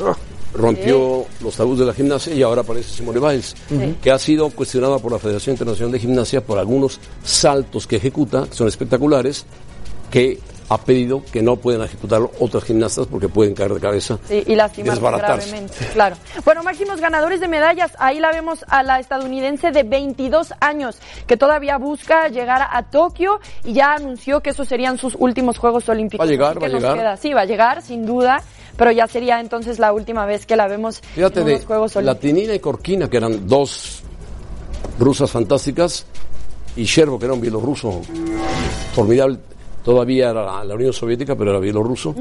[SPEAKER 2] rompió los tabús de la gimnasia y ahora aparece Simone Biles, que ha sido cuestionada por la Federación Internacional de Gimnasia por algunos saltos que ejecuta, que son espectaculares, que ha pedido que no pueden ejecutarlo otras gimnastas porque pueden caer de cabeza
[SPEAKER 9] Sí, y lastimar
[SPEAKER 2] desbaratarse.
[SPEAKER 9] gravemente. Claro. Bueno, máximos ganadores de medallas. Ahí la vemos a la estadounidense de 22 años, que todavía busca llegar a Tokio y ya anunció que esos serían sus últimos Juegos Olímpicos.
[SPEAKER 2] Va a llegar,
[SPEAKER 9] Así
[SPEAKER 2] va a
[SPEAKER 9] que nos
[SPEAKER 2] llegar.
[SPEAKER 9] queda. Sí, va a llegar, sin duda. Pero ya sería entonces la última vez que la vemos
[SPEAKER 2] Fíjate
[SPEAKER 9] en
[SPEAKER 2] de
[SPEAKER 9] los Juegos Olímpicos.
[SPEAKER 2] Latinina y Corquina, que eran dos rusas fantásticas, y Sherbo, que era un bielorruso formidable, todavía era la, la Unión Soviética, pero era bielorruso,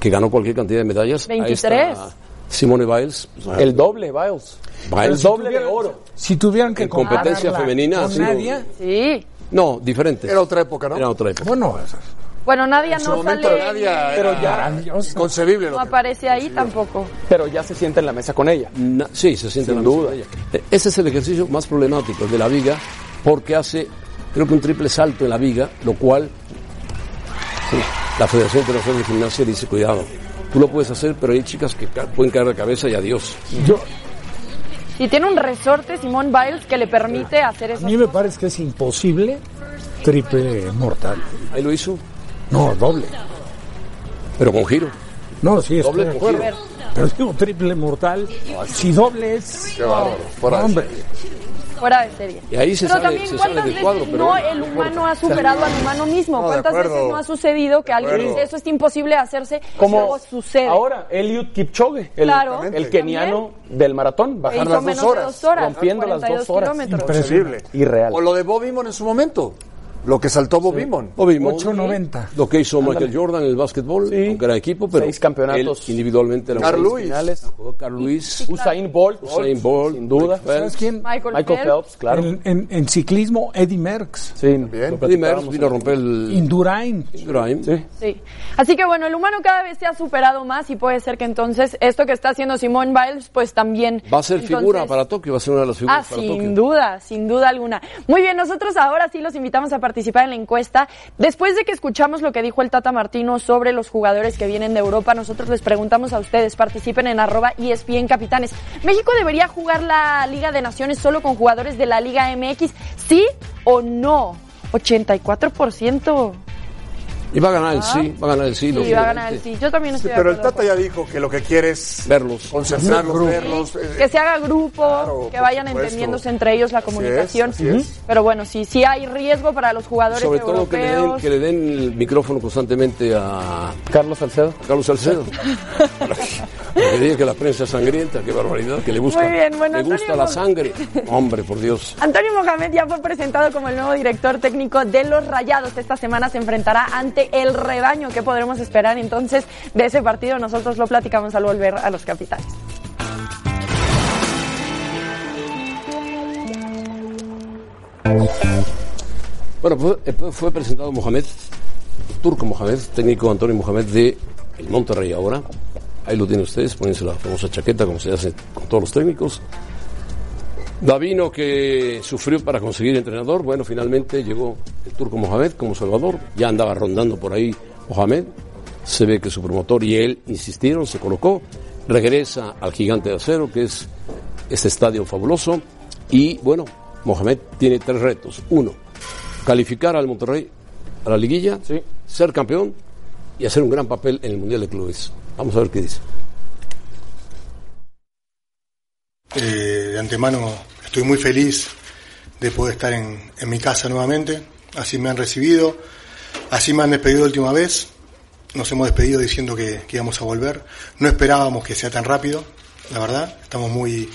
[SPEAKER 2] que ganó cualquier cantidad de medallas. Ahí
[SPEAKER 9] 23.
[SPEAKER 2] está Simone Biles,
[SPEAKER 4] El doble, Biles.
[SPEAKER 2] Biles.
[SPEAKER 4] El doble de oro.
[SPEAKER 5] Si tuvieran que
[SPEAKER 2] En competencia
[SPEAKER 5] compararla
[SPEAKER 2] femenina ha
[SPEAKER 5] con
[SPEAKER 2] sido-
[SPEAKER 5] nadie,
[SPEAKER 9] Sí.
[SPEAKER 2] No, diferente.
[SPEAKER 3] era otra época, ¿no?
[SPEAKER 2] Era otra época.
[SPEAKER 5] bueno,
[SPEAKER 9] Bueno, Nadia
[SPEAKER 3] en su
[SPEAKER 9] no
[SPEAKER 3] momento
[SPEAKER 9] sale.
[SPEAKER 3] nadie era
[SPEAKER 4] Pero ya,
[SPEAKER 5] maravilloso.
[SPEAKER 3] concebible.
[SPEAKER 9] No
[SPEAKER 3] lo que-
[SPEAKER 9] aparece ahí tampoco.
[SPEAKER 4] pero ya se sienta en la mesa con ella.
[SPEAKER 2] Na- sí, se siente
[SPEAKER 4] Sin
[SPEAKER 2] la misma
[SPEAKER 4] duda.
[SPEAKER 2] ella. Eh, Ese es el ejercicio más problemático el de la viga, porque hace, creo que un triple salto en la viga, lo cual sí, la Federación Internacional de Gimnasia dice, cuidado, tú lo puedes hacer, pero hay chicas que ca- pueden caer de cabeza y adiós.
[SPEAKER 5] yo,
[SPEAKER 9] Y tiene un resorte Simón Biles que le permite hacer
[SPEAKER 5] a
[SPEAKER 9] eso.
[SPEAKER 5] mí me parece que es imposible triple mortal.
[SPEAKER 2] Ahí lo hizo,
[SPEAKER 5] No, doble.
[SPEAKER 2] pero con giro.
[SPEAKER 5] No, sí, estoy
[SPEAKER 2] Doble
[SPEAKER 5] de
[SPEAKER 2] con
[SPEAKER 5] acuerdo.
[SPEAKER 2] giro. Ah,
[SPEAKER 5] Pero digo triple mortal, si doble es... Hombre,
[SPEAKER 9] fuera de serie.
[SPEAKER 2] Y ahí se
[SPEAKER 9] pero
[SPEAKER 2] sale-
[SPEAKER 9] también
[SPEAKER 2] se
[SPEAKER 9] cuántas
[SPEAKER 2] sale del
[SPEAKER 9] veces
[SPEAKER 2] cuadro, pero
[SPEAKER 9] no
[SPEAKER 2] bueno,
[SPEAKER 9] el humano ha superado al humano mismo, cuántas veces no ha sucedido que alguien dice eso es imposible de hacerse y
[SPEAKER 4] Como
[SPEAKER 9] luego sucede.
[SPEAKER 4] ahora, Eliud Kipchoge, el,
[SPEAKER 9] Claro.
[SPEAKER 4] el keniano del maratón,
[SPEAKER 9] Que
[SPEAKER 4] bajar
[SPEAKER 9] hizo
[SPEAKER 4] las dos
[SPEAKER 9] menos
[SPEAKER 4] horas,
[SPEAKER 9] de dos horas,
[SPEAKER 4] rompiendo las
[SPEAKER 9] 42
[SPEAKER 4] dos horas.
[SPEAKER 9] kilómetros.
[SPEAKER 3] Concebible.
[SPEAKER 4] Irreal.
[SPEAKER 3] O lo de Bob Beamon en su momento. Lo que saltó Bob Beamon.
[SPEAKER 2] Lo vimos.
[SPEAKER 5] 8.90.
[SPEAKER 2] Lo que hizo Michael Jordan en el básquetbol,
[SPEAKER 4] Sí.
[SPEAKER 2] aunque era equipo, pero
[SPEAKER 4] Seis campeonatos.
[SPEAKER 2] él individualmente. era
[SPEAKER 3] Carl
[SPEAKER 2] un-
[SPEAKER 3] Lewis.
[SPEAKER 4] Finales.
[SPEAKER 2] Carl Lewis,
[SPEAKER 4] Usain Bolt,
[SPEAKER 2] Usain Bolt,
[SPEAKER 4] sin duda. Pues,
[SPEAKER 2] Rick Phelps.
[SPEAKER 5] ¿sabes quién?
[SPEAKER 9] Michael,
[SPEAKER 4] Michael
[SPEAKER 9] Phelps.
[SPEAKER 4] Phelps, claro.
[SPEAKER 5] En, en- en ciclismo, Eddie Merckx,
[SPEAKER 4] Sí,
[SPEAKER 3] Bien.
[SPEAKER 2] Primero vino a romper el
[SPEAKER 5] Indurain.
[SPEAKER 2] Grime.
[SPEAKER 4] sí.
[SPEAKER 9] Sí. Así que bueno, el humano cada vez se ha superado más y puede ser que entonces esto que está haciendo Simone Biles pues también
[SPEAKER 2] Va a ser
[SPEAKER 9] Entonces-
[SPEAKER 2] figura para Tokio, va a ser una de las figuras
[SPEAKER 9] Ah,
[SPEAKER 2] para
[SPEAKER 9] sin
[SPEAKER 2] Tokio.
[SPEAKER 9] duda, sin duda alguna. Muy bien, nosotros ahora sí los invitamos a participar en la encuesta. Después de que escuchamos lo que dijo el Tata Martino sobre los jugadores que vienen de Europa, nosotros les preguntamos a ustedes, participen en arroba E ESPN Capitanes. ¿México debería jugar la Liga de Naciones solo con jugadores de la Liga MX? ¿Sí o no? 84%.
[SPEAKER 2] Y va a ganar el sí, va a ganar el sí.
[SPEAKER 9] Sí, va a ganar el sí. Yo también
[SPEAKER 3] Sí,
[SPEAKER 9] estoy de
[SPEAKER 3] pero el
[SPEAKER 9] acuerdo.
[SPEAKER 3] Tata ya dijo que lo que quiere es
[SPEAKER 2] Verlos.
[SPEAKER 3] concentrarlos, verlos.
[SPEAKER 9] Sí,
[SPEAKER 3] eh,
[SPEAKER 9] que se haga grupo,
[SPEAKER 3] Claro,
[SPEAKER 9] que
[SPEAKER 3] por
[SPEAKER 9] vayan
[SPEAKER 3] supuesto.
[SPEAKER 9] entendiéndose entre ellos la
[SPEAKER 3] Así es,
[SPEAKER 9] comunicación.
[SPEAKER 3] así es.
[SPEAKER 9] Ujú. Pero bueno, sí, sí hay riesgo para los jugadores
[SPEAKER 2] Sobre todo
[SPEAKER 9] europeos.
[SPEAKER 2] que le, den, que le den el micrófono constantemente a
[SPEAKER 9] [laughs]
[SPEAKER 4] Carlos Salcedo.
[SPEAKER 2] Carlos Salcedo. Que diga que la prensa es sangrienta, qué barbaridad, que le busca.
[SPEAKER 9] Muy bien, bueno,
[SPEAKER 2] le gusta
[SPEAKER 9] Antonio
[SPEAKER 2] la
[SPEAKER 9] Mon-
[SPEAKER 2] sangre. Hombre, por Dios.
[SPEAKER 9] Antonio Mohamed ya fue presentado como el nuevo director técnico de los Rayados. Esta semana se enfrentará ante el rebaño. ¿Qué podremos esperar entonces de ese partido? Nosotros lo platicamos al volver a los capitales.
[SPEAKER 2] Bueno, fue, eh, fue presentado Mohamed, Turco Mohamed, técnico Antonio Mohamed de el Monterrey ahora. Ahí lo tienen ustedes, pónganse la famosa chaqueta como se hace con todos los técnicos. Davino que sufrió para conseguir entrenador, bueno, finalmente llegó el turco Mohamed como Salvador, ya andaba rondando por ahí Mohamed, se ve que su promotor y él insistieron, se colocó, regresa al gigante de acero, que es este estadio fabuloso, y bueno, Mohamed tiene tres retos. Uno, calificar al Monterrey a la liguilla, ser campeón y hacer un gran papel en el Mundial de Clubes. Vamos a ver qué dice.
[SPEAKER 10] Eh, de antemano estoy muy feliz de poder estar en, en mi casa nuevamente. Así me han recibido, así me han despedido la última vez. Nos hemos despedido diciendo que, que íbamos a volver. No esperábamos que sea tan rápido, la verdad. Estamos muy,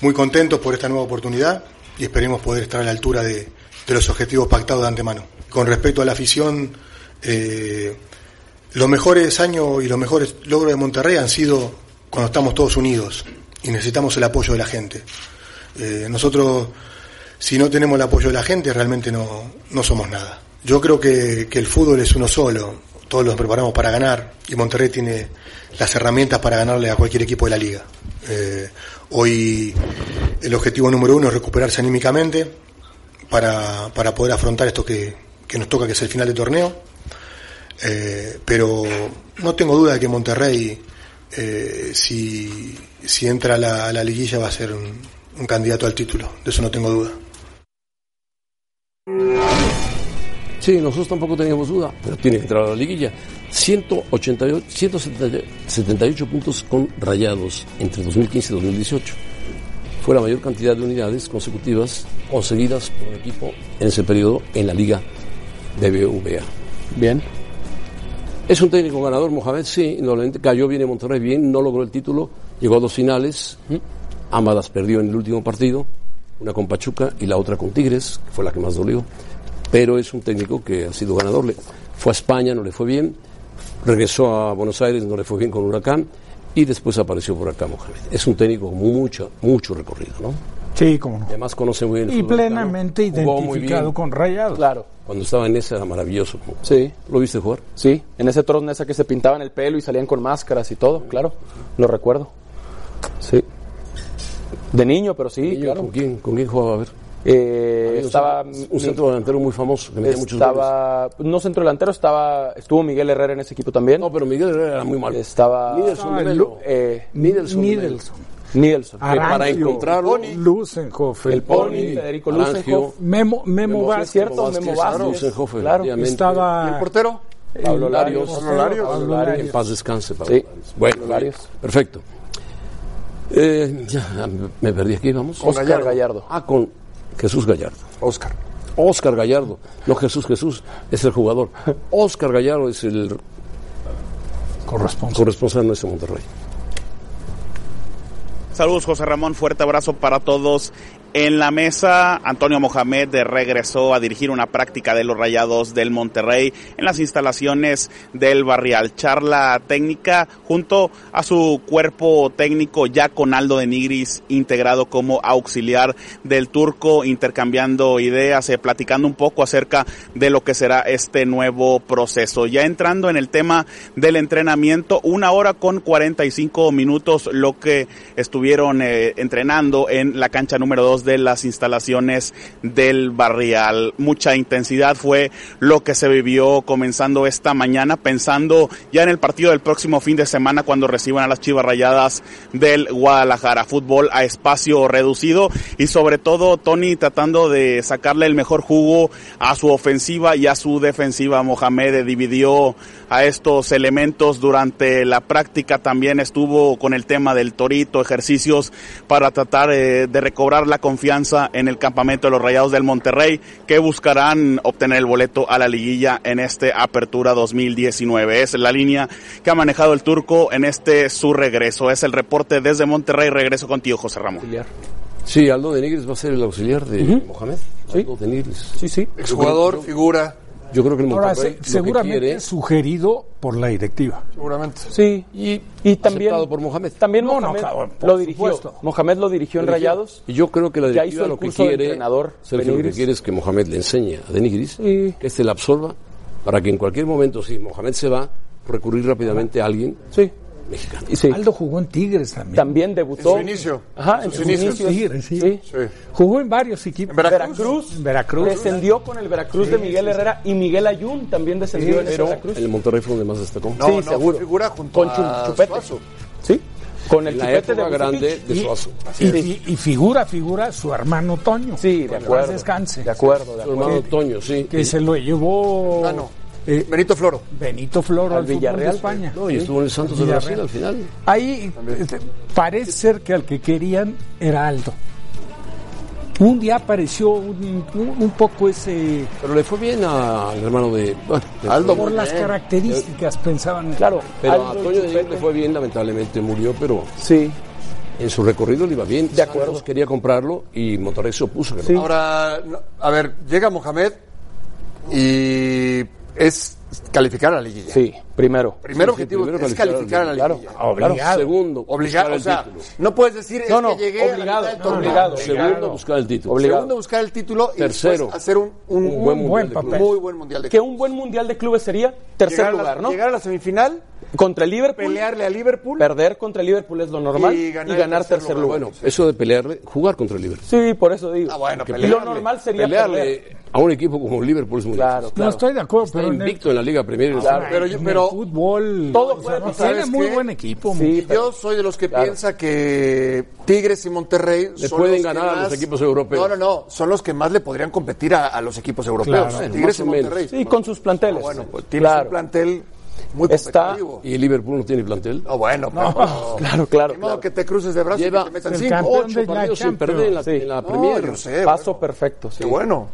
[SPEAKER 10] muy contentos por esta nueva oportunidad y esperemos poder estar a la altura de, de los objetivos pactados de antemano. Con respecto a la afición, eh, los mejores años y los mejores logros de Monterrey han sido cuando estamos todos unidos y necesitamos el apoyo de la gente. Eh, nosotros, si no tenemos el apoyo de la gente, realmente no, no somos nada. Yo creo que, que el fútbol es uno solo, todos los preparamos para ganar y Monterrey tiene las herramientas para ganarle a cualquier equipo de la liga. Eh, hoy el objetivo número uno es recuperarse anímicamente para, para poder afrontar esto que, que nos toca, que es el final de torneo. Eh, pero no tengo duda de que Monterrey, eh, si, si entra a la, a la liguilla, va a ser un, un candidato al título. De eso no tengo duda.
[SPEAKER 2] Sí, nosotros tampoco teníamos duda, pero tiene que entrar a la liguilla. 188, 178 puntos con rayados entre 2015 y 2018. Fue la mayor cantidad de unidades consecutivas conseguidas por un equipo en ese periodo en la liga de BVA.
[SPEAKER 4] Bien.
[SPEAKER 2] Es un técnico ganador, Mohamed, sí, indudablemente cayó bien en Monterrey, bien, no logró el título, llegó a dos finales, Amadas perdió en el último partido, una con Pachuca y la otra con Tigres, que fue la que más dolió, pero es un técnico que ha sido ganador, le- fue a España, no le fue bien, regresó a Buenos Aires, no le fue bien con Huracán, y después apareció por acá Mohamed. Es un técnico con mucho, mucho recorrido, ¿no?
[SPEAKER 5] Sí, como no.
[SPEAKER 2] Además conoce muy bien el
[SPEAKER 5] Y
[SPEAKER 2] fútbol mexicano,
[SPEAKER 5] plenamente
[SPEAKER 2] jugó muy
[SPEAKER 5] identificado
[SPEAKER 2] bien.
[SPEAKER 5] con Rayados. Claro.
[SPEAKER 2] Cuando estaba en esa maravilloso.
[SPEAKER 4] Sí.
[SPEAKER 2] ¿Lo viste jugar?
[SPEAKER 4] Sí, en ese tron esa que se pintaban el pelo y salían con máscaras y todo, claro. Lo recuerdo. Sí. De niño, pero sí, claro.
[SPEAKER 2] ¿Con quién, ¿Con quién jugaba? A ver.
[SPEAKER 4] Eh,
[SPEAKER 2] Había un
[SPEAKER 4] estaba
[SPEAKER 2] centro- un centro delantero muy famoso que metía muchos
[SPEAKER 4] estaba no centro delantero estaba estuvo Miguel Herrera en ese equipo también no
[SPEAKER 2] pero Miguel Herrera era muy malo
[SPEAKER 4] estaba
[SPEAKER 2] Nielsen,
[SPEAKER 5] Ah,
[SPEAKER 2] Melo.
[SPEAKER 5] Lu-
[SPEAKER 4] eh,
[SPEAKER 2] Nielsen,
[SPEAKER 5] Nielsen.
[SPEAKER 4] Nielsen
[SPEAKER 2] Que para encontrarlo-
[SPEAKER 5] Lusenhoff,
[SPEAKER 2] El Pony,
[SPEAKER 4] Federico
[SPEAKER 2] Arangio,
[SPEAKER 4] Lusenhoff.
[SPEAKER 5] Memo, Memo,
[SPEAKER 4] Memo
[SPEAKER 5] Vázquez,
[SPEAKER 4] Vázquez, cierto, Memo Vázquez.
[SPEAKER 2] Lusenhoff,
[SPEAKER 4] Claro.
[SPEAKER 2] efectivamente.
[SPEAKER 5] Estaba
[SPEAKER 3] ¿El portero?
[SPEAKER 4] Pablo
[SPEAKER 2] el-
[SPEAKER 4] Larios.
[SPEAKER 5] Pablo Larios.
[SPEAKER 4] Pablo
[SPEAKER 5] Pablo
[SPEAKER 4] Larios.
[SPEAKER 2] En paz descanse, Pablo
[SPEAKER 4] Sí.
[SPEAKER 2] Larios. Bueno,
[SPEAKER 4] Larios.
[SPEAKER 2] perfecto. Eh, ya, me perdí aquí, vamos.
[SPEAKER 4] Oscar Gallardo. Gallardo.
[SPEAKER 2] Ah, con Jesús Gallardo.
[SPEAKER 3] Oscar.
[SPEAKER 2] Oscar Gallardo, no Jesús Jesús, es el
[SPEAKER 4] [laughs]
[SPEAKER 2] jugador. Oscar Gallardo es el
[SPEAKER 5] corresponsal.
[SPEAKER 2] corresponsal de nuestro Monterrey.
[SPEAKER 11] Saludos José Ramón, fuerte abrazo para todos. En la mesa, Antonio Mohamed de regresó a dirigir una práctica de los Rayados del Monterrey en las instalaciones del Barrial. Charla técnica junto a su cuerpo técnico ya con Aldo de Nigris integrado como auxiliar del turco, intercambiando ideas, eh, platicando un poco acerca de lo que será este nuevo proceso. Ya entrando en el tema del entrenamiento, una hora con 45 minutos lo que estuvieron eh, entrenando en la cancha número 2 de las instalaciones del barrial. Mucha intensidad fue lo que se vivió comenzando esta mañana, pensando ya en el partido del próximo fin de semana cuando reciban a las Chivas Rayadas del Guadalajara. Fútbol a espacio reducido y sobre todo Tony tratando de sacarle el mejor jugo a su ofensiva y a su defensiva. Mohamed dividió a estos elementos durante la práctica. También estuvo con el tema del torito, ejercicios para tratar eh, de recobrar la confianza confianza en el campamento de los Rayados del Monterrey que buscarán obtener el boleto a la liguilla en este Apertura 2019. Es la línea que ha manejado el turco en este su regreso. Es el reporte desde Monterrey. Regreso contigo, José Ramón.
[SPEAKER 2] Sí, Aldo de Nigris va a ser el auxiliar de
[SPEAKER 3] Ujú.
[SPEAKER 2] Mohamed. Aldo de Nigris.
[SPEAKER 4] Sí, sí.
[SPEAKER 3] Exjugador, figura.
[SPEAKER 2] Yo creo que el
[SPEAKER 5] Ahora,
[SPEAKER 2] Monterrey
[SPEAKER 5] se-
[SPEAKER 2] lo que
[SPEAKER 5] seguramente
[SPEAKER 2] quiere-
[SPEAKER 5] sugerido por la directiva.
[SPEAKER 3] Seguramente.
[SPEAKER 4] Sí, y, y también. por
[SPEAKER 2] Mohamed.
[SPEAKER 4] También
[SPEAKER 5] No, no,
[SPEAKER 4] Mohamed
[SPEAKER 5] cabrón, por
[SPEAKER 4] lo dirigió.
[SPEAKER 5] supuesto.
[SPEAKER 4] Mohamed lo dirigió en
[SPEAKER 2] Lo dirigió.
[SPEAKER 4] Rayados.
[SPEAKER 2] Y yo creo que la
[SPEAKER 4] Ya hizo
[SPEAKER 2] directiva
[SPEAKER 4] el
[SPEAKER 2] lo que
[SPEAKER 4] curso de
[SPEAKER 2] quiere,
[SPEAKER 4] entrenador,
[SPEAKER 2] Sergio, lo que
[SPEAKER 4] Benigris.
[SPEAKER 2] quiere es que Mohamed le enseñe a Denigris que este la absorba para que en cualquier momento, si Mohamed se va, recurrir rápidamente a alguien
[SPEAKER 4] sí.
[SPEAKER 2] mexicano.
[SPEAKER 5] Aldo jugó en Tigres también.
[SPEAKER 4] También debutó.
[SPEAKER 5] En su inicio.
[SPEAKER 4] Ajá, en
[SPEAKER 5] En
[SPEAKER 4] sus,
[SPEAKER 5] sus inicios.
[SPEAKER 4] inicios.
[SPEAKER 5] Tigres, sí.
[SPEAKER 4] sí.
[SPEAKER 5] Jugó en varios equipos.
[SPEAKER 4] En Veracruz. Veracruz.
[SPEAKER 5] En Veracruz.
[SPEAKER 4] Descendió con el Veracruz
[SPEAKER 5] Sí,
[SPEAKER 4] de Miguel Herrera y Miguel Ayun también descendió en ese
[SPEAKER 2] pero
[SPEAKER 4] Veracruz.
[SPEAKER 2] el Monterrey fue donde más destacó.
[SPEAKER 4] No, Sí, no, seguro. fue
[SPEAKER 3] figura junto
[SPEAKER 4] Con a Chu- Chupete. Suazo. Sí. Con el
[SPEAKER 2] La
[SPEAKER 4] chupete
[SPEAKER 2] época
[SPEAKER 4] de
[SPEAKER 2] grande de
[SPEAKER 5] Y-
[SPEAKER 2] Suazo.
[SPEAKER 5] Y, y- y figura, figura su hermano Toño.
[SPEAKER 4] Sí, de
[SPEAKER 5] Paz
[SPEAKER 4] acuerdo.
[SPEAKER 5] descanse.
[SPEAKER 4] De acuerdo, de
[SPEAKER 5] Su
[SPEAKER 4] acuerdo.
[SPEAKER 5] hermano
[SPEAKER 2] Toño, sí.
[SPEAKER 5] Que se lo llevó. eh,
[SPEAKER 3] Ah, Benito Floro.
[SPEAKER 5] Benito Floro al,
[SPEAKER 4] Al
[SPEAKER 5] fútbol
[SPEAKER 4] Villarreal.
[SPEAKER 5] de España.
[SPEAKER 2] pues. No, y
[SPEAKER 5] Sí.
[SPEAKER 2] estuvo en el Santos de Brasil
[SPEAKER 5] Villarreal.
[SPEAKER 2] al final.
[SPEAKER 5] Ahí este, parece ser que al que querían era Aldo. Un día apareció un, un- un poco ese.
[SPEAKER 2] Pero le fue bien a- al hermano de. bueno, le fue
[SPEAKER 5] por
[SPEAKER 2] bien.
[SPEAKER 5] las características pensaban. Claro,
[SPEAKER 2] Pero a Toño de Nigris le fue bien, lamentablemente murió, pero.
[SPEAKER 4] Sí.
[SPEAKER 2] En su recorrido le iba bien. De acuerdo. quería comprarlo y Monterrey se opuso. a que lo-
[SPEAKER 3] Ahora, no, a ver, llega Mohamed y es calificar a la liguilla.
[SPEAKER 4] Sí, primero.
[SPEAKER 2] Sí,
[SPEAKER 3] Primer
[SPEAKER 2] sí,
[SPEAKER 3] objetivo
[SPEAKER 2] primero
[SPEAKER 3] es calificar a la
[SPEAKER 2] claro.
[SPEAKER 3] liguilla.
[SPEAKER 2] Obligado. Segundo,
[SPEAKER 3] Obligado,
[SPEAKER 2] buscar
[SPEAKER 3] o sea,
[SPEAKER 2] el título.
[SPEAKER 3] no puedes decir
[SPEAKER 4] No,
[SPEAKER 3] es
[SPEAKER 4] no,
[SPEAKER 3] que llegué a la
[SPEAKER 4] obligado,
[SPEAKER 3] mitad del
[SPEAKER 4] no,
[SPEAKER 3] torneo.
[SPEAKER 4] obligado.
[SPEAKER 2] Segundo, buscar el título.
[SPEAKER 4] Obligado.
[SPEAKER 3] Segundo, buscar el título y
[SPEAKER 2] Tercero,
[SPEAKER 3] después hacer un, un-
[SPEAKER 2] un buen Mundial de Clubes.
[SPEAKER 3] Muy buen mundial de
[SPEAKER 4] Que
[SPEAKER 3] Clubes.
[SPEAKER 4] un buen mundial de clubes sería tercer
[SPEAKER 3] Llegar a la-
[SPEAKER 4] lugar, ¿no?
[SPEAKER 3] Llegar a la semifinal,
[SPEAKER 4] Contra el Liverpool.
[SPEAKER 3] pelearle a Liverpool.
[SPEAKER 4] Perder contra el Liverpool es lo normal.
[SPEAKER 3] Y
[SPEAKER 4] Y
[SPEAKER 3] ganar
[SPEAKER 4] ganar,
[SPEAKER 3] el tercer
[SPEAKER 4] tercer lugar.
[SPEAKER 3] lugar.
[SPEAKER 2] Bueno, eso de pelearle, jugar contra el Liverpool.
[SPEAKER 4] Sí, por eso digo.
[SPEAKER 3] Ah, bueno,
[SPEAKER 2] Que
[SPEAKER 3] pelearle.
[SPEAKER 4] Lo normal sería
[SPEAKER 2] Pelearle
[SPEAKER 4] perder.
[SPEAKER 2] a un equipo como el Liverpool es muy
[SPEAKER 4] Claro,
[SPEAKER 2] difícil.
[SPEAKER 5] No estoy de acuerdo,
[SPEAKER 2] Está
[SPEAKER 5] pero en el-
[SPEAKER 2] invicto en la Liga Premier. y en la
[SPEAKER 4] Claro.
[SPEAKER 3] Pero, yo-
[SPEAKER 5] en el
[SPEAKER 3] pero
[SPEAKER 5] fútbol.
[SPEAKER 4] Todo
[SPEAKER 5] o sea,
[SPEAKER 4] puede
[SPEAKER 5] no
[SPEAKER 4] pasar,
[SPEAKER 5] tiene
[SPEAKER 3] ¿sabes
[SPEAKER 5] muy
[SPEAKER 3] qué?
[SPEAKER 5] buen equipo.
[SPEAKER 4] Sí, pero-
[SPEAKER 3] Yo soy de los que piensa que Tigres y Monterrey
[SPEAKER 2] Le
[SPEAKER 3] son
[SPEAKER 2] pueden
[SPEAKER 3] los que
[SPEAKER 2] ganar a los
[SPEAKER 3] más-
[SPEAKER 2] equipos europeos.
[SPEAKER 3] No, no, no, son los que más le podrían competir a, a los equipos europeos.
[SPEAKER 5] Claro.
[SPEAKER 3] eh, Tigres
[SPEAKER 2] Más
[SPEAKER 3] y
[SPEAKER 2] o menos.
[SPEAKER 3] Monterrey.
[SPEAKER 4] Sí, con sus planteles.
[SPEAKER 3] bueno, pues tienes un
[SPEAKER 4] claro,
[SPEAKER 3] plantel muy
[SPEAKER 4] Está-
[SPEAKER 3] competitivo.
[SPEAKER 2] Y el Liverpool no tiene plantel.
[SPEAKER 3] No, Oh, bueno, pero-
[SPEAKER 4] [laughs] claro, claro.
[SPEAKER 3] Ni modo
[SPEAKER 4] claro.
[SPEAKER 3] que te cruces de brazos y
[SPEAKER 2] Lleva
[SPEAKER 3] te metan
[SPEAKER 5] el
[SPEAKER 3] cinco,
[SPEAKER 5] campeón
[SPEAKER 3] ocho.
[SPEAKER 5] de-
[SPEAKER 2] Ocho partidos sin perder en la,
[SPEAKER 4] Sí.
[SPEAKER 2] en la
[SPEAKER 3] No,
[SPEAKER 2] Premier.
[SPEAKER 3] yo sé,
[SPEAKER 4] Paso
[SPEAKER 3] bueno.
[SPEAKER 4] perfecto. sí.
[SPEAKER 3] Qué bueno.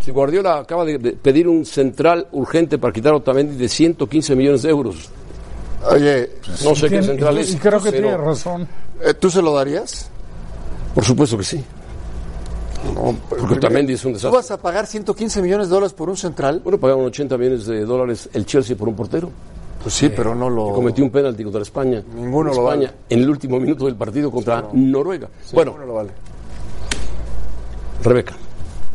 [SPEAKER 2] Si Guardiola acaba de, de pedir un central urgente para quitar a Otamendi de 115 millones de euros.
[SPEAKER 3] Oye, pues,
[SPEAKER 2] No sé qué
[SPEAKER 5] Tiene-
[SPEAKER 2] central
[SPEAKER 5] y-
[SPEAKER 2] es.
[SPEAKER 5] y creo que
[SPEAKER 2] pero-
[SPEAKER 5] tiene razón.
[SPEAKER 3] eh, ¿tú se lo darías?
[SPEAKER 2] Por supuesto que sí. porque Otamendi es un
[SPEAKER 3] pues, ¿Tú
[SPEAKER 2] desastre.
[SPEAKER 3] vas a pagar 115 millones de dólares por un central?
[SPEAKER 2] Bueno, pagaron 80 millones de dólares el Chelsea por un portero.
[SPEAKER 3] Pues sí, pero no lo...
[SPEAKER 2] Cometió un penalti contra España.
[SPEAKER 3] Ninguno lo
[SPEAKER 2] España
[SPEAKER 3] vale.
[SPEAKER 2] en el último minuto del partido contra Noruega. bueno,
[SPEAKER 3] Ninguno lo vale.
[SPEAKER 2] Rebeca.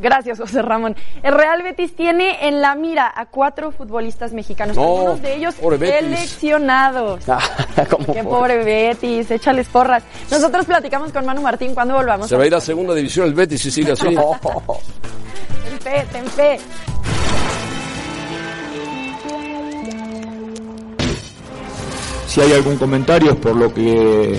[SPEAKER 9] Gracias, José Ramón. El Real Betis tiene en la mira a cuatro futbolistas mexicanos,
[SPEAKER 2] No,
[SPEAKER 9] algunos de ellos
[SPEAKER 2] pobre Betis.
[SPEAKER 9] seleccionados.
[SPEAKER 4] Ah, como
[SPEAKER 9] Qué
[SPEAKER 4] por-
[SPEAKER 9] pobre Betis, échales porras. Nosotros platicamos con Manu Martín cuando volvamos.
[SPEAKER 2] Se va a ir a segunda división el Betis si sigue así.
[SPEAKER 9] Ten fe, ten fe.
[SPEAKER 7] Si hay algún comentario es por lo que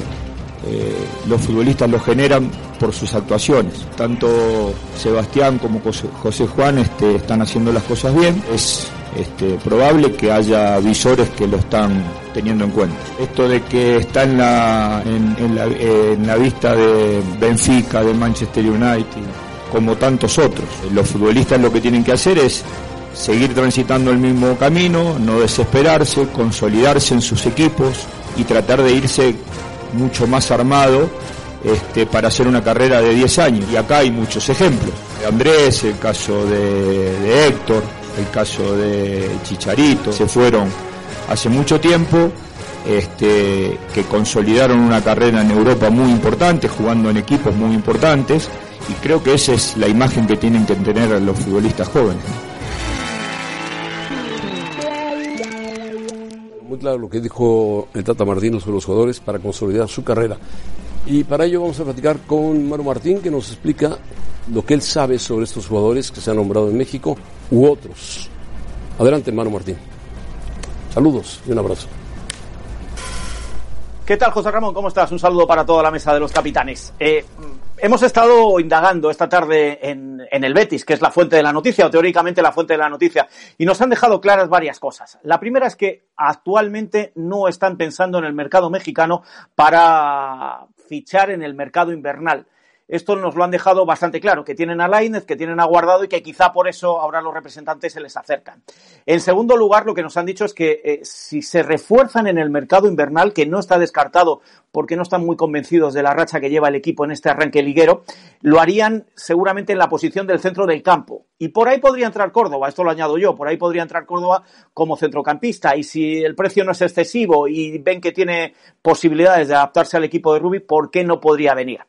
[SPEAKER 7] eh, los futbolistas lo generan por sus actuaciones. Tanto Sebastián como José- José Juan este, están haciendo las cosas bien. Es este, probable que haya visores que lo están teniendo en cuenta. Esto de que está en la, en- en la- en la vista de Benfica, de Manchester United, como tantos otros. Los futbolistas lo que tienen que hacer es seguir transitando el mismo camino, no desesperarse, consolidarse en sus equipos y tratar de irse mucho más armado este, para hacer una carrera de 10 años. Y acá hay muchos ejemplos. De Andrés, el caso de, de Héctor, el caso de Chicharito, se fueron hace mucho tiempo. Este, que consolidaron una carrera en Europa muy importante, jugando en equipos muy importantes, y creo que esa es la imagen que tienen que tener los futbolistas jóvenes.
[SPEAKER 2] Muy claro lo que dijo el Tata Martino sobre los jugadores para consolidar su carrera. Y para ello vamos a platicar con Manu Martín que nos explica lo que él sabe sobre estos jugadores que se han nombrado en México u otros. Adelante, Manu Martín. Saludos y un abrazo.
[SPEAKER 12] ¿Qué tal, José Ramón? ¿Cómo estás? Un saludo para toda la mesa de los capitanes. Eh, mm, hemos estado indagando esta tarde en, en el Betis, que es la fuente de la noticia, o teóricamente la fuente de la noticia, y nos han dejado claras varias cosas. La primera es que actualmente no están pensando en el mercado mexicano para fichar en el mercado invernal. Eh, esto nos lo han dejado bastante claro, que tienen a Lainez, que tienen a Guardado y que quizá por eso ahora los representantes se les acercan. En segundo lugar, lo que nos han dicho es que eh, si se refuerzan en el mercado invernal, que no está descartado porque no están muy convencidos de la racha que lleva el equipo en este arranque liguero, lo harían seguramente en la posición del centro del campo. Y por ahí podría entrar Córdoba, esto lo añado yo, por ahí podría entrar Córdoba como centrocampista. Y si el precio no es excesivo y ven que tiene posibilidades de adaptarse al equipo de Rubí, ¿por qué no podría venir?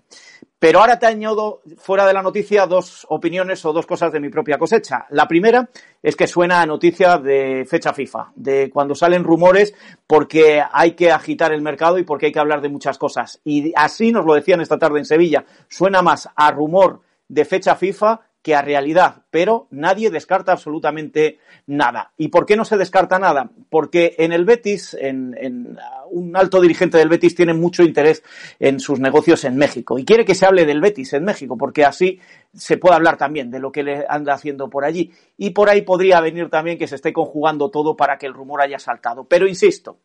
[SPEAKER 12] Pero ahora te añado fuera de la noticia dos opiniones o dos cosas de mi propia cosecha. La primera es que suena a noticia de fecha FIFA, de cuando salen rumores porque hay que agitar el mercado y porque hay que hablar de muchas cosas. Y así nos lo decían esta tarde en Sevilla. Suena más a rumor de fecha FIFA que a realidad, pero nadie descarta absolutamente nada. ¿Y por qué no se descarta nada? Porque en el Betis, en, en, un alto dirigente del Betis tiene mucho interés en sus negocios en México y quiere que se hable del Betis en México, porque así se puede hablar también de lo que le anda haciendo por allí. Y por ahí podría venir también que se esté conjugando todo para que el rumor haya saltado. Pero insisto,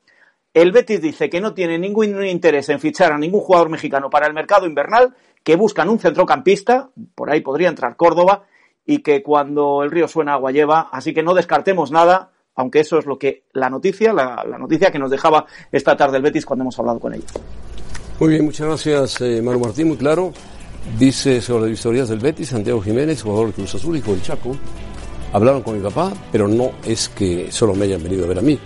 [SPEAKER 12] el Betis dice que no tiene ningún interés en fichar a ningún jugador mexicano para el mercado invernal, que buscan un centrocampista, por ahí podría entrar Córdoba, y que cuando el río suena agua lleva, así que no descartemos nada, aunque eso es lo que la noticia, la, la noticia que nos dejaba esta tarde el Betis cuando hemos hablado con ella.
[SPEAKER 2] Muy bien, muchas gracias, eh, Manu Martín, muy claro. Dice sobre las victorias del Betis, Santiago Jiménez, jugador de Cruz Azul, hijo del Chaco. Hablaron con mi papá, pero no es que solo me hayan venido a ver a mí.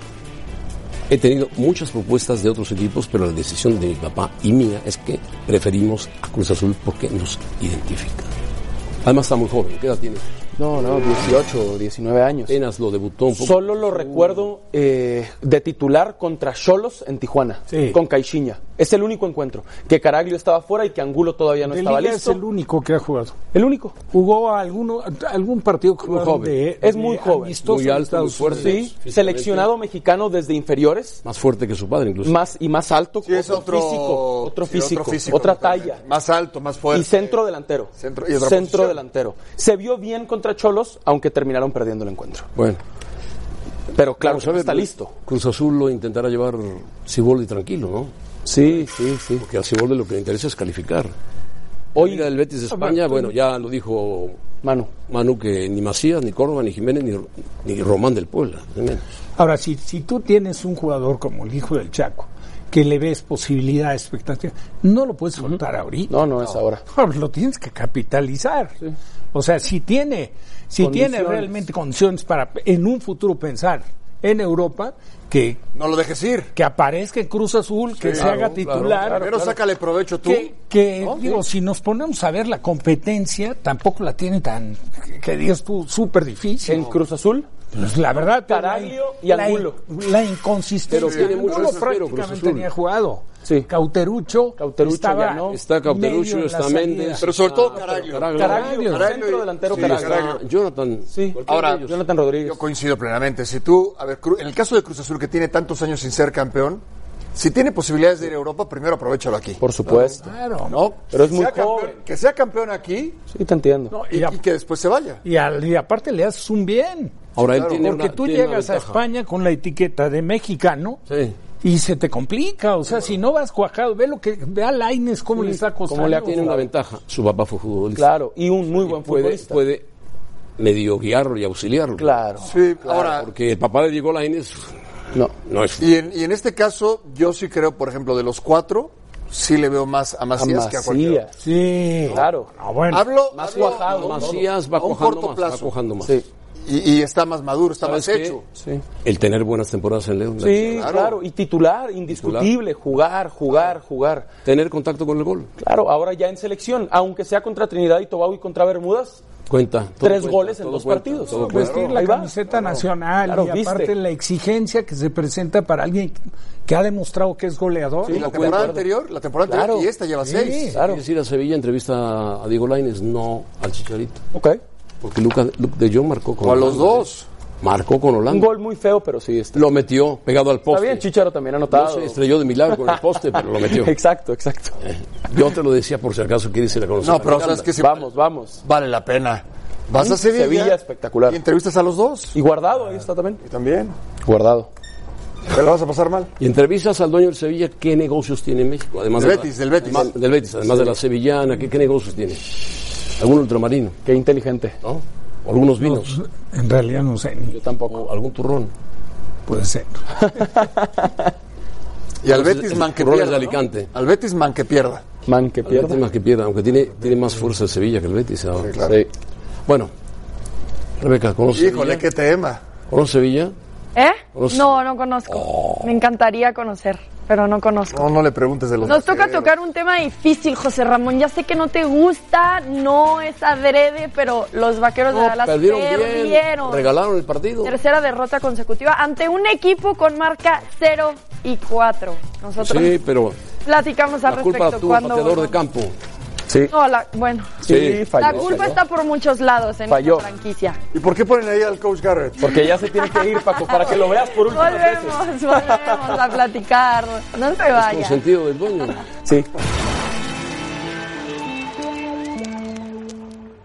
[SPEAKER 2] He tenido muchas propuestas de otros equipos, pero la decisión de mi papá y mía es que preferimos a Cruz Azul porque nos identifica. Además está muy joven, ¿qué edad tiene?
[SPEAKER 4] No, no, 18, 19 años.
[SPEAKER 2] Apenas lo debutó un poco.
[SPEAKER 4] Solo lo recuerdo eh, de titular contra Cholos en Tijuana,
[SPEAKER 5] Sí.
[SPEAKER 4] con Caixinha. Es el único encuentro. Que Caraglio estaba fuera y que Angulo todavía no
[SPEAKER 5] De
[SPEAKER 4] estaba
[SPEAKER 5] Liga
[SPEAKER 4] listo.
[SPEAKER 5] es el único que ha jugado.
[SPEAKER 4] El único.
[SPEAKER 5] Jugó alguno, algún partido que jugaron
[SPEAKER 4] joven.
[SPEAKER 5] de-
[SPEAKER 4] es
[SPEAKER 5] de
[SPEAKER 4] muy joven.
[SPEAKER 5] amistoso en Estados Unidos.
[SPEAKER 4] Sí, seleccionado mexicano desde inferiores.
[SPEAKER 2] Más fuerte que su padre, incluso.
[SPEAKER 4] Más y más alto,
[SPEAKER 3] Sí, es otro,
[SPEAKER 4] físico, otro
[SPEAKER 3] sí,
[SPEAKER 4] físico, otra
[SPEAKER 3] totalmente.
[SPEAKER 4] talla.
[SPEAKER 3] Más alto, más fuerte.
[SPEAKER 4] y centro delantero.
[SPEAKER 3] Centro- y otra posición.
[SPEAKER 4] delantero. Se vio bien contra Cholos, aunque terminaron perdiendo el encuentro.
[SPEAKER 2] Bueno,
[SPEAKER 4] Pero claro,
[SPEAKER 2] Vamos a ver,
[SPEAKER 4] está
[SPEAKER 2] ¿no?
[SPEAKER 4] listo.
[SPEAKER 2] Cruz Azul lo intentará llevar Siboldi tranquilo, ¿no?
[SPEAKER 4] Sí, sí, sí.
[SPEAKER 2] Porque a Siboldi lo que le interesa es calificar. Hoy el Betis de España, bueno, ya lo dijo
[SPEAKER 4] Manu.
[SPEAKER 2] Manu que ni Macías, ni Córdoba, ni Jiménez, ni, ni Román del Puebla, ni menos.
[SPEAKER 5] Ahora, si, si tú tienes un jugador como el hijo del Chaco, que le ves posibilidad, expectativa, no lo puedes soltar ahorita.
[SPEAKER 4] No, no es ahora.
[SPEAKER 5] Lo tienes que capitalizar. O sea, si tiene, si
[SPEAKER 4] Condiciones.
[SPEAKER 5] tiene realmente condiciones para en un futuro pensar en Europa, que,
[SPEAKER 3] No lo dejes ir.
[SPEAKER 5] que aparezca en Cruz Azul, que
[SPEAKER 3] Sí,
[SPEAKER 5] se
[SPEAKER 3] claro,
[SPEAKER 5] haga titular.
[SPEAKER 3] Primero sácale provecho tú.
[SPEAKER 5] Que, que, digo, si nos ponemos a ver la competencia, tampoco la tiene tan, que- que digas tú, súper difícil.
[SPEAKER 4] En Cruz Azul,
[SPEAKER 5] Pues la verdad, pero
[SPEAKER 4] Caraglio y
[SPEAKER 5] la,
[SPEAKER 4] Angulo.
[SPEAKER 5] la inconsistencia.
[SPEAKER 2] Pero tiene mucho
[SPEAKER 5] Angulo
[SPEAKER 2] desespero, Cruz
[SPEAKER 5] prácticamente
[SPEAKER 2] Azul.
[SPEAKER 5] ni ha jugado.
[SPEAKER 4] Sí.
[SPEAKER 5] Cauterucho,
[SPEAKER 4] Cauterucho
[SPEAKER 5] estaba
[SPEAKER 4] ya no.
[SPEAKER 2] Está
[SPEAKER 5] medio en
[SPEAKER 2] Cauterucho,
[SPEAKER 5] la
[SPEAKER 2] está
[SPEAKER 5] salida. Ah.
[SPEAKER 2] Méndez. Ah,
[SPEAKER 3] Pero sobre todo
[SPEAKER 2] está
[SPEAKER 3] Caraglio.
[SPEAKER 4] Caraglio,
[SPEAKER 3] Caraglio
[SPEAKER 4] centro
[SPEAKER 3] y-
[SPEAKER 4] delantero
[SPEAKER 3] sí,
[SPEAKER 4] Caraglio.
[SPEAKER 3] Caraglio.
[SPEAKER 2] Ah, Jonathan.
[SPEAKER 4] Sí.
[SPEAKER 3] Ahora,
[SPEAKER 4] Jonathan Rodríguez.
[SPEAKER 3] Yo coincido plenamente. Si tú, a ver, Cru- en el caso de Cruz Azul, que tiene tantos años sin ser campeón, si tiene posibilidades de ir a Europa, primero aprovechalo aquí.
[SPEAKER 4] Por supuesto.
[SPEAKER 5] Claro.
[SPEAKER 3] ¿No?
[SPEAKER 4] Pero es
[SPEAKER 3] Que
[SPEAKER 4] muy
[SPEAKER 3] sea campeón-
[SPEAKER 4] joven.
[SPEAKER 3] que sea campeón aquí
[SPEAKER 4] Sí, te entiendo.
[SPEAKER 5] No,
[SPEAKER 3] y,
[SPEAKER 5] y, a-
[SPEAKER 3] y que después se vaya.
[SPEAKER 5] y al- y aparte le haces un bien.
[SPEAKER 2] Ahora él tiene
[SPEAKER 5] Porque
[SPEAKER 2] una-
[SPEAKER 5] tú
[SPEAKER 2] tiene una
[SPEAKER 5] llegas a
[SPEAKER 2] ventaja.
[SPEAKER 5] España con la etiqueta de mexicano
[SPEAKER 2] Sí.
[SPEAKER 5] y se te complica. O sea, si no vas cuajado, ve lo que, ve a Laines cómo le está costando.
[SPEAKER 4] cómo le ha-
[SPEAKER 2] Tiene una ventaja. Su papá fue futbolista.
[SPEAKER 4] Claro, y un muy buen
[SPEAKER 2] Puede,
[SPEAKER 4] futbolista.
[SPEAKER 2] puede medio guiarlo y auxiliarlo.
[SPEAKER 4] Claro.
[SPEAKER 3] Sí, ahora,
[SPEAKER 2] Porque el papá de Diego Lainez
[SPEAKER 4] No.
[SPEAKER 2] no es
[SPEAKER 3] y en, y en este caso, yo sí creo, por ejemplo, de los cuatro, sí le veo más a Macías que a cualquiera.
[SPEAKER 4] Macías.
[SPEAKER 5] Sí.
[SPEAKER 4] Claro.
[SPEAKER 5] No, bueno.
[SPEAKER 3] Hablo,
[SPEAKER 4] Más
[SPEAKER 3] hablo
[SPEAKER 4] cuajado,
[SPEAKER 3] a un-
[SPEAKER 2] Macías va
[SPEAKER 3] a un
[SPEAKER 2] cojando
[SPEAKER 3] corto
[SPEAKER 2] más, va
[SPEAKER 3] plazo.
[SPEAKER 2] cojando más.
[SPEAKER 4] Sí.
[SPEAKER 3] Y, y está más maduro, está más
[SPEAKER 2] ¿Sabes qué?
[SPEAKER 3] hecho.
[SPEAKER 4] Sí.
[SPEAKER 2] El tener buenas temporadas en León.
[SPEAKER 4] Sí,
[SPEAKER 3] Claro.
[SPEAKER 4] claro. Y titular, indiscutible. Jugar, jugar, jugar.
[SPEAKER 2] Tener contacto con el gol.
[SPEAKER 4] Claro, ahora ya en selección, aunque sea contra Trinidad y Tobago y contra Bermudas,
[SPEAKER 2] Cuenta. todo
[SPEAKER 4] tres
[SPEAKER 2] cuenta,
[SPEAKER 4] goles en
[SPEAKER 2] todo
[SPEAKER 4] dos
[SPEAKER 2] cuenta,
[SPEAKER 4] partidos.
[SPEAKER 2] todo cuenta.
[SPEAKER 5] vestir la
[SPEAKER 4] Ahí va.
[SPEAKER 5] camiseta nacional
[SPEAKER 4] Claro,
[SPEAKER 5] y aparte
[SPEAKER 4] viste.
[SPEAKER 5] la exigencia que se presenta para alguien que ha demostrado que es goleador.
[SPEAKER 3] Y la temporada anterior, la temporada
[SPEAKER 4] Claro.
[SPEAKER 3] anterior y esta lleva seis.
[SPEAKER 4] Claro.
[SPEAKER 2] Quieres ir a Sevilla, entrevista a Diego Lainez, no al Chicharito.
[SPEAKER 4] Ok.
[SPEAKER 2] Porque Luca, Luke de Jong marcó con
[SPEAKER 3] O a los dos.
[SPEAKER 2] Marcó con
[SPEAKER 4] Un
[SPEAKER 2] Holanda.
[SPEAKER 4] gol muy feo, pero sí está.
[SPEAKER 2] Lo metió pegado al
[SPEAKER 4] Está
[SPEAKER 2] poste.
[SPEAKER 4] bien, Chicharo también ha
[SPEAKER 2] No
[SPEAKER 4] anotado.
[SPEAKER 2] se estrelló de milagro con el poste, pero lo metió.
[SPEAKER 4] [laughs]
[SPEAKER 2] Eh,
[SPEAKER 4] exacto, exacto.
[SPEAKER 2] Yo te lo decía por si acaso quieres ir a conocer.
[SPEAKER 3] No, pero sabes que si
[SPEAKER 4] Vamos, vamos.
[SPEAKER 3] vale la pena. Vas a Sevilla,
[SPEAKER 4] Sevilla espectacular.
[SPEAKER 3] y entrevistas a los dos.
[SPEAKER 4] Y guardado, ahí está también.
[SPEAKER 3] Y también.
[SPEAKER 4] Guardado.
[SPEAKER 3] ¿Te la vas a pasar mal?
[SPEAKER 2] Y entrevistas al dueño del Sevilla, ¿qué negocios tiene en México? Además
[SPEAKER 3] Del
[SPEAKER 2] de la-
[SPEAKER 3] Betis, del Betis.
[SPEAKER 2] además- del Betis, además de la sevillana, ¿qué, qué negocios tiene? ¿Algún ultramarino?
[SPEAKER 4] Qué inteligente.
[SPEAKER 2] ¿No? ¿O algunos vinos?
[SPEAKER 5] En realidad no sé.
[SPEAKER 2] Yo tampoco. ¿Algún turrón?
[SPEAKER 5] Puede ser.
[SPEAKER 3] Y al
[SPEAKER 2] Entonces,
[SPEAKER 3] Betis
[SPEAKER 2] el
[SPEAKER 3] man que
[SPEAKER 2] turrón es
[SPEAKER 3] pierda.
[SPEAKER 2] de
[SPEAKER 3] ¿no?
[SPEAKER 2] Alicante.
[SPEAKER 3] Al Betis man que pierda.
[SPEAKER 4] Man que
[SPEAKER 2] El Betis más que pierda, aunque tiene, tiene más fuerza el Sevilla que el Betis ahora. Sí. Bueno, Rebeca, ¿conoce
[SPEAKER 3] Híjole, qué tema.
[SPEAKER 2] ¿Conoce Sevilla?
[SPEAKER 9] ¿Eh?
[SPEAKER 2] Conozco.
[SPEAKER 9] No, no conozco.
[SPEAKER 2] Oh.
[SPEAKER 9] Me encantaría conocer, pero no conozco.
[SPEAKER 3] No, no le preguntes de los.
[SPEAKER 9] Nos toca tocar un tema difícil, José Ramón. Ya sé que no te gusta, no es adrede, pero los vaqueros de Dallas
[SPEAKER 2] Perdieron
[SPEAKER 9] perdieron.
[SPEAKER 2] bien, regalaron el partido.
[SPEAKER 9] Tercera derrota consecutiva ante un equipo con marca 0 y 4. Nosotros
[SPEAKER 2] Sí, pero
[SPEAKER 9] platicamos al
[SPEAKER 2] la culpa
[SPEAKER 9] respecto.
[SPEAKER 2] tuvo el
[SPEAKER 9] cuando
[SPEAKER 2] pateador de campo.
[SPEAKER 4] Sí.
[SPEAKER 9] No, la- bueno.
[SPEAKER 4] Sí,
[SPEAKER 9] la
[SPEAKER 4] falló,
[SPEAKER 9] culpa
[SPEAKER 4] falló.
[SPEAKER 9] está por muchos lados en
[SPEAKER 4] Falló.
[SPEAKER 9] esta franquicia.
[SPEAKER 3] ¿Y por qué ponen ahí al coach Garrett?
[SPEAKER 4] Porque ya se tiene que ir, Paco, para que lo veas por última vez.
[SPEAKER 9] Volvemos, volvemos a platicar. No se
[SPEAKER 2] Con
[SPEAKER 9] vaya.
[SPEAKER 2] sentido del dueño.
[SPEAKER 4] Sí.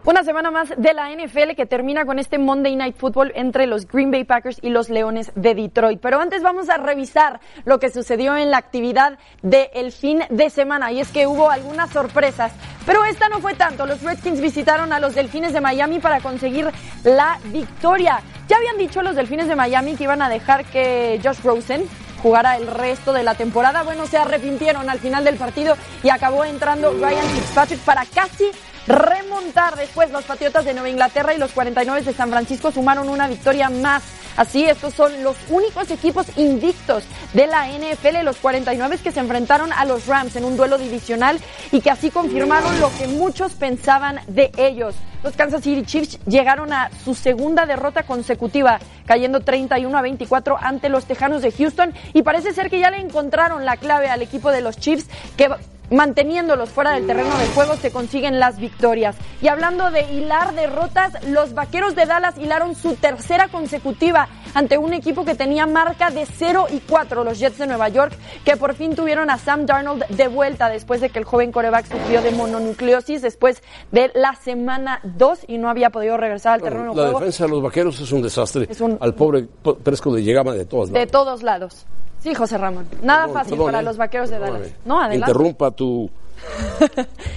[SPEAKER 9] Una semana más de la NFL que termina con este Monday Night Football entre los Green Bay Packers y los Leones de Detroit. Pero antes vamos a revisar lo que sucedió en la actividad del fin de semana. Y es que hubo algunas sorpresas, pero esta no fue tanto. Los Redskins visitaron a los Delfines de Miami para conseguir la victoria. Ya habían dicho los Delfines de Miami que iban a dejar que Josh Rosen jugará el resto de la temporada. Bueno, se arrepintieron al final del partido y acabó entrando Ryan Fitzpatrick para casi remontar después los Patriotas de Nueva Inglaterra y los 49 de San Francisco sumaron una victoria más. Así, estos son los únicos equipos invictos de la NFL, los 49 que se enfrentaron a los Rams en un duelo divisional y que así confirmaron lo que muchos pensaban de ellos. Los Kansas City Chiefs llegaron a su segunda derrota consecutiva, cayendo 31 a 24 ante los Tejanos de Houston y parece ser que ya le encontraron la clave al equipo de los Chiefs que manteniéndolos fuera del terreno de juego se consiguen las victorias. Y hablando de hilar derrotas, los Vaqueros de Dallas hilaron su tercera consecutiva ante un equipo que tenía marca de 0 y 4, los Jets de Nueva York, que por fin tuvieron a Sam Darnold de vuelta después de que el joven coreback sufrió de mononucleosis después de la semana 2 y no había podido regresar al terreno de
[SPEAKER 2] La
[SPEAKER 9] juego
[SPEAKER 2] defensa de los vaqueros es un desastre.
[SPEAKER 9] Es un-
[SPEAKER 2] Al pobre po- Presco le llegaba de todas
[SPEAKER 9] de
[SPEAKER 2] lados.
[SPEAKER 9] todos lados. Sí, José Ramón. Nada
[SPEAKER 2] Perdón,
[SPEAKER 9] fácil
[SPEAKER 2] perdón,
[SPEAKER 9] para
[SPEAKER 2] eh.
[SPEAKER 9] los Vaqueros de Dallas.
[SPEAKER 2] Perdóname.
[SPEAKER 9] No, adelante.
[SPEAKER 2] Interrumpa
[SPEAKER 9] [laughs]
[SPEAKER 2] tu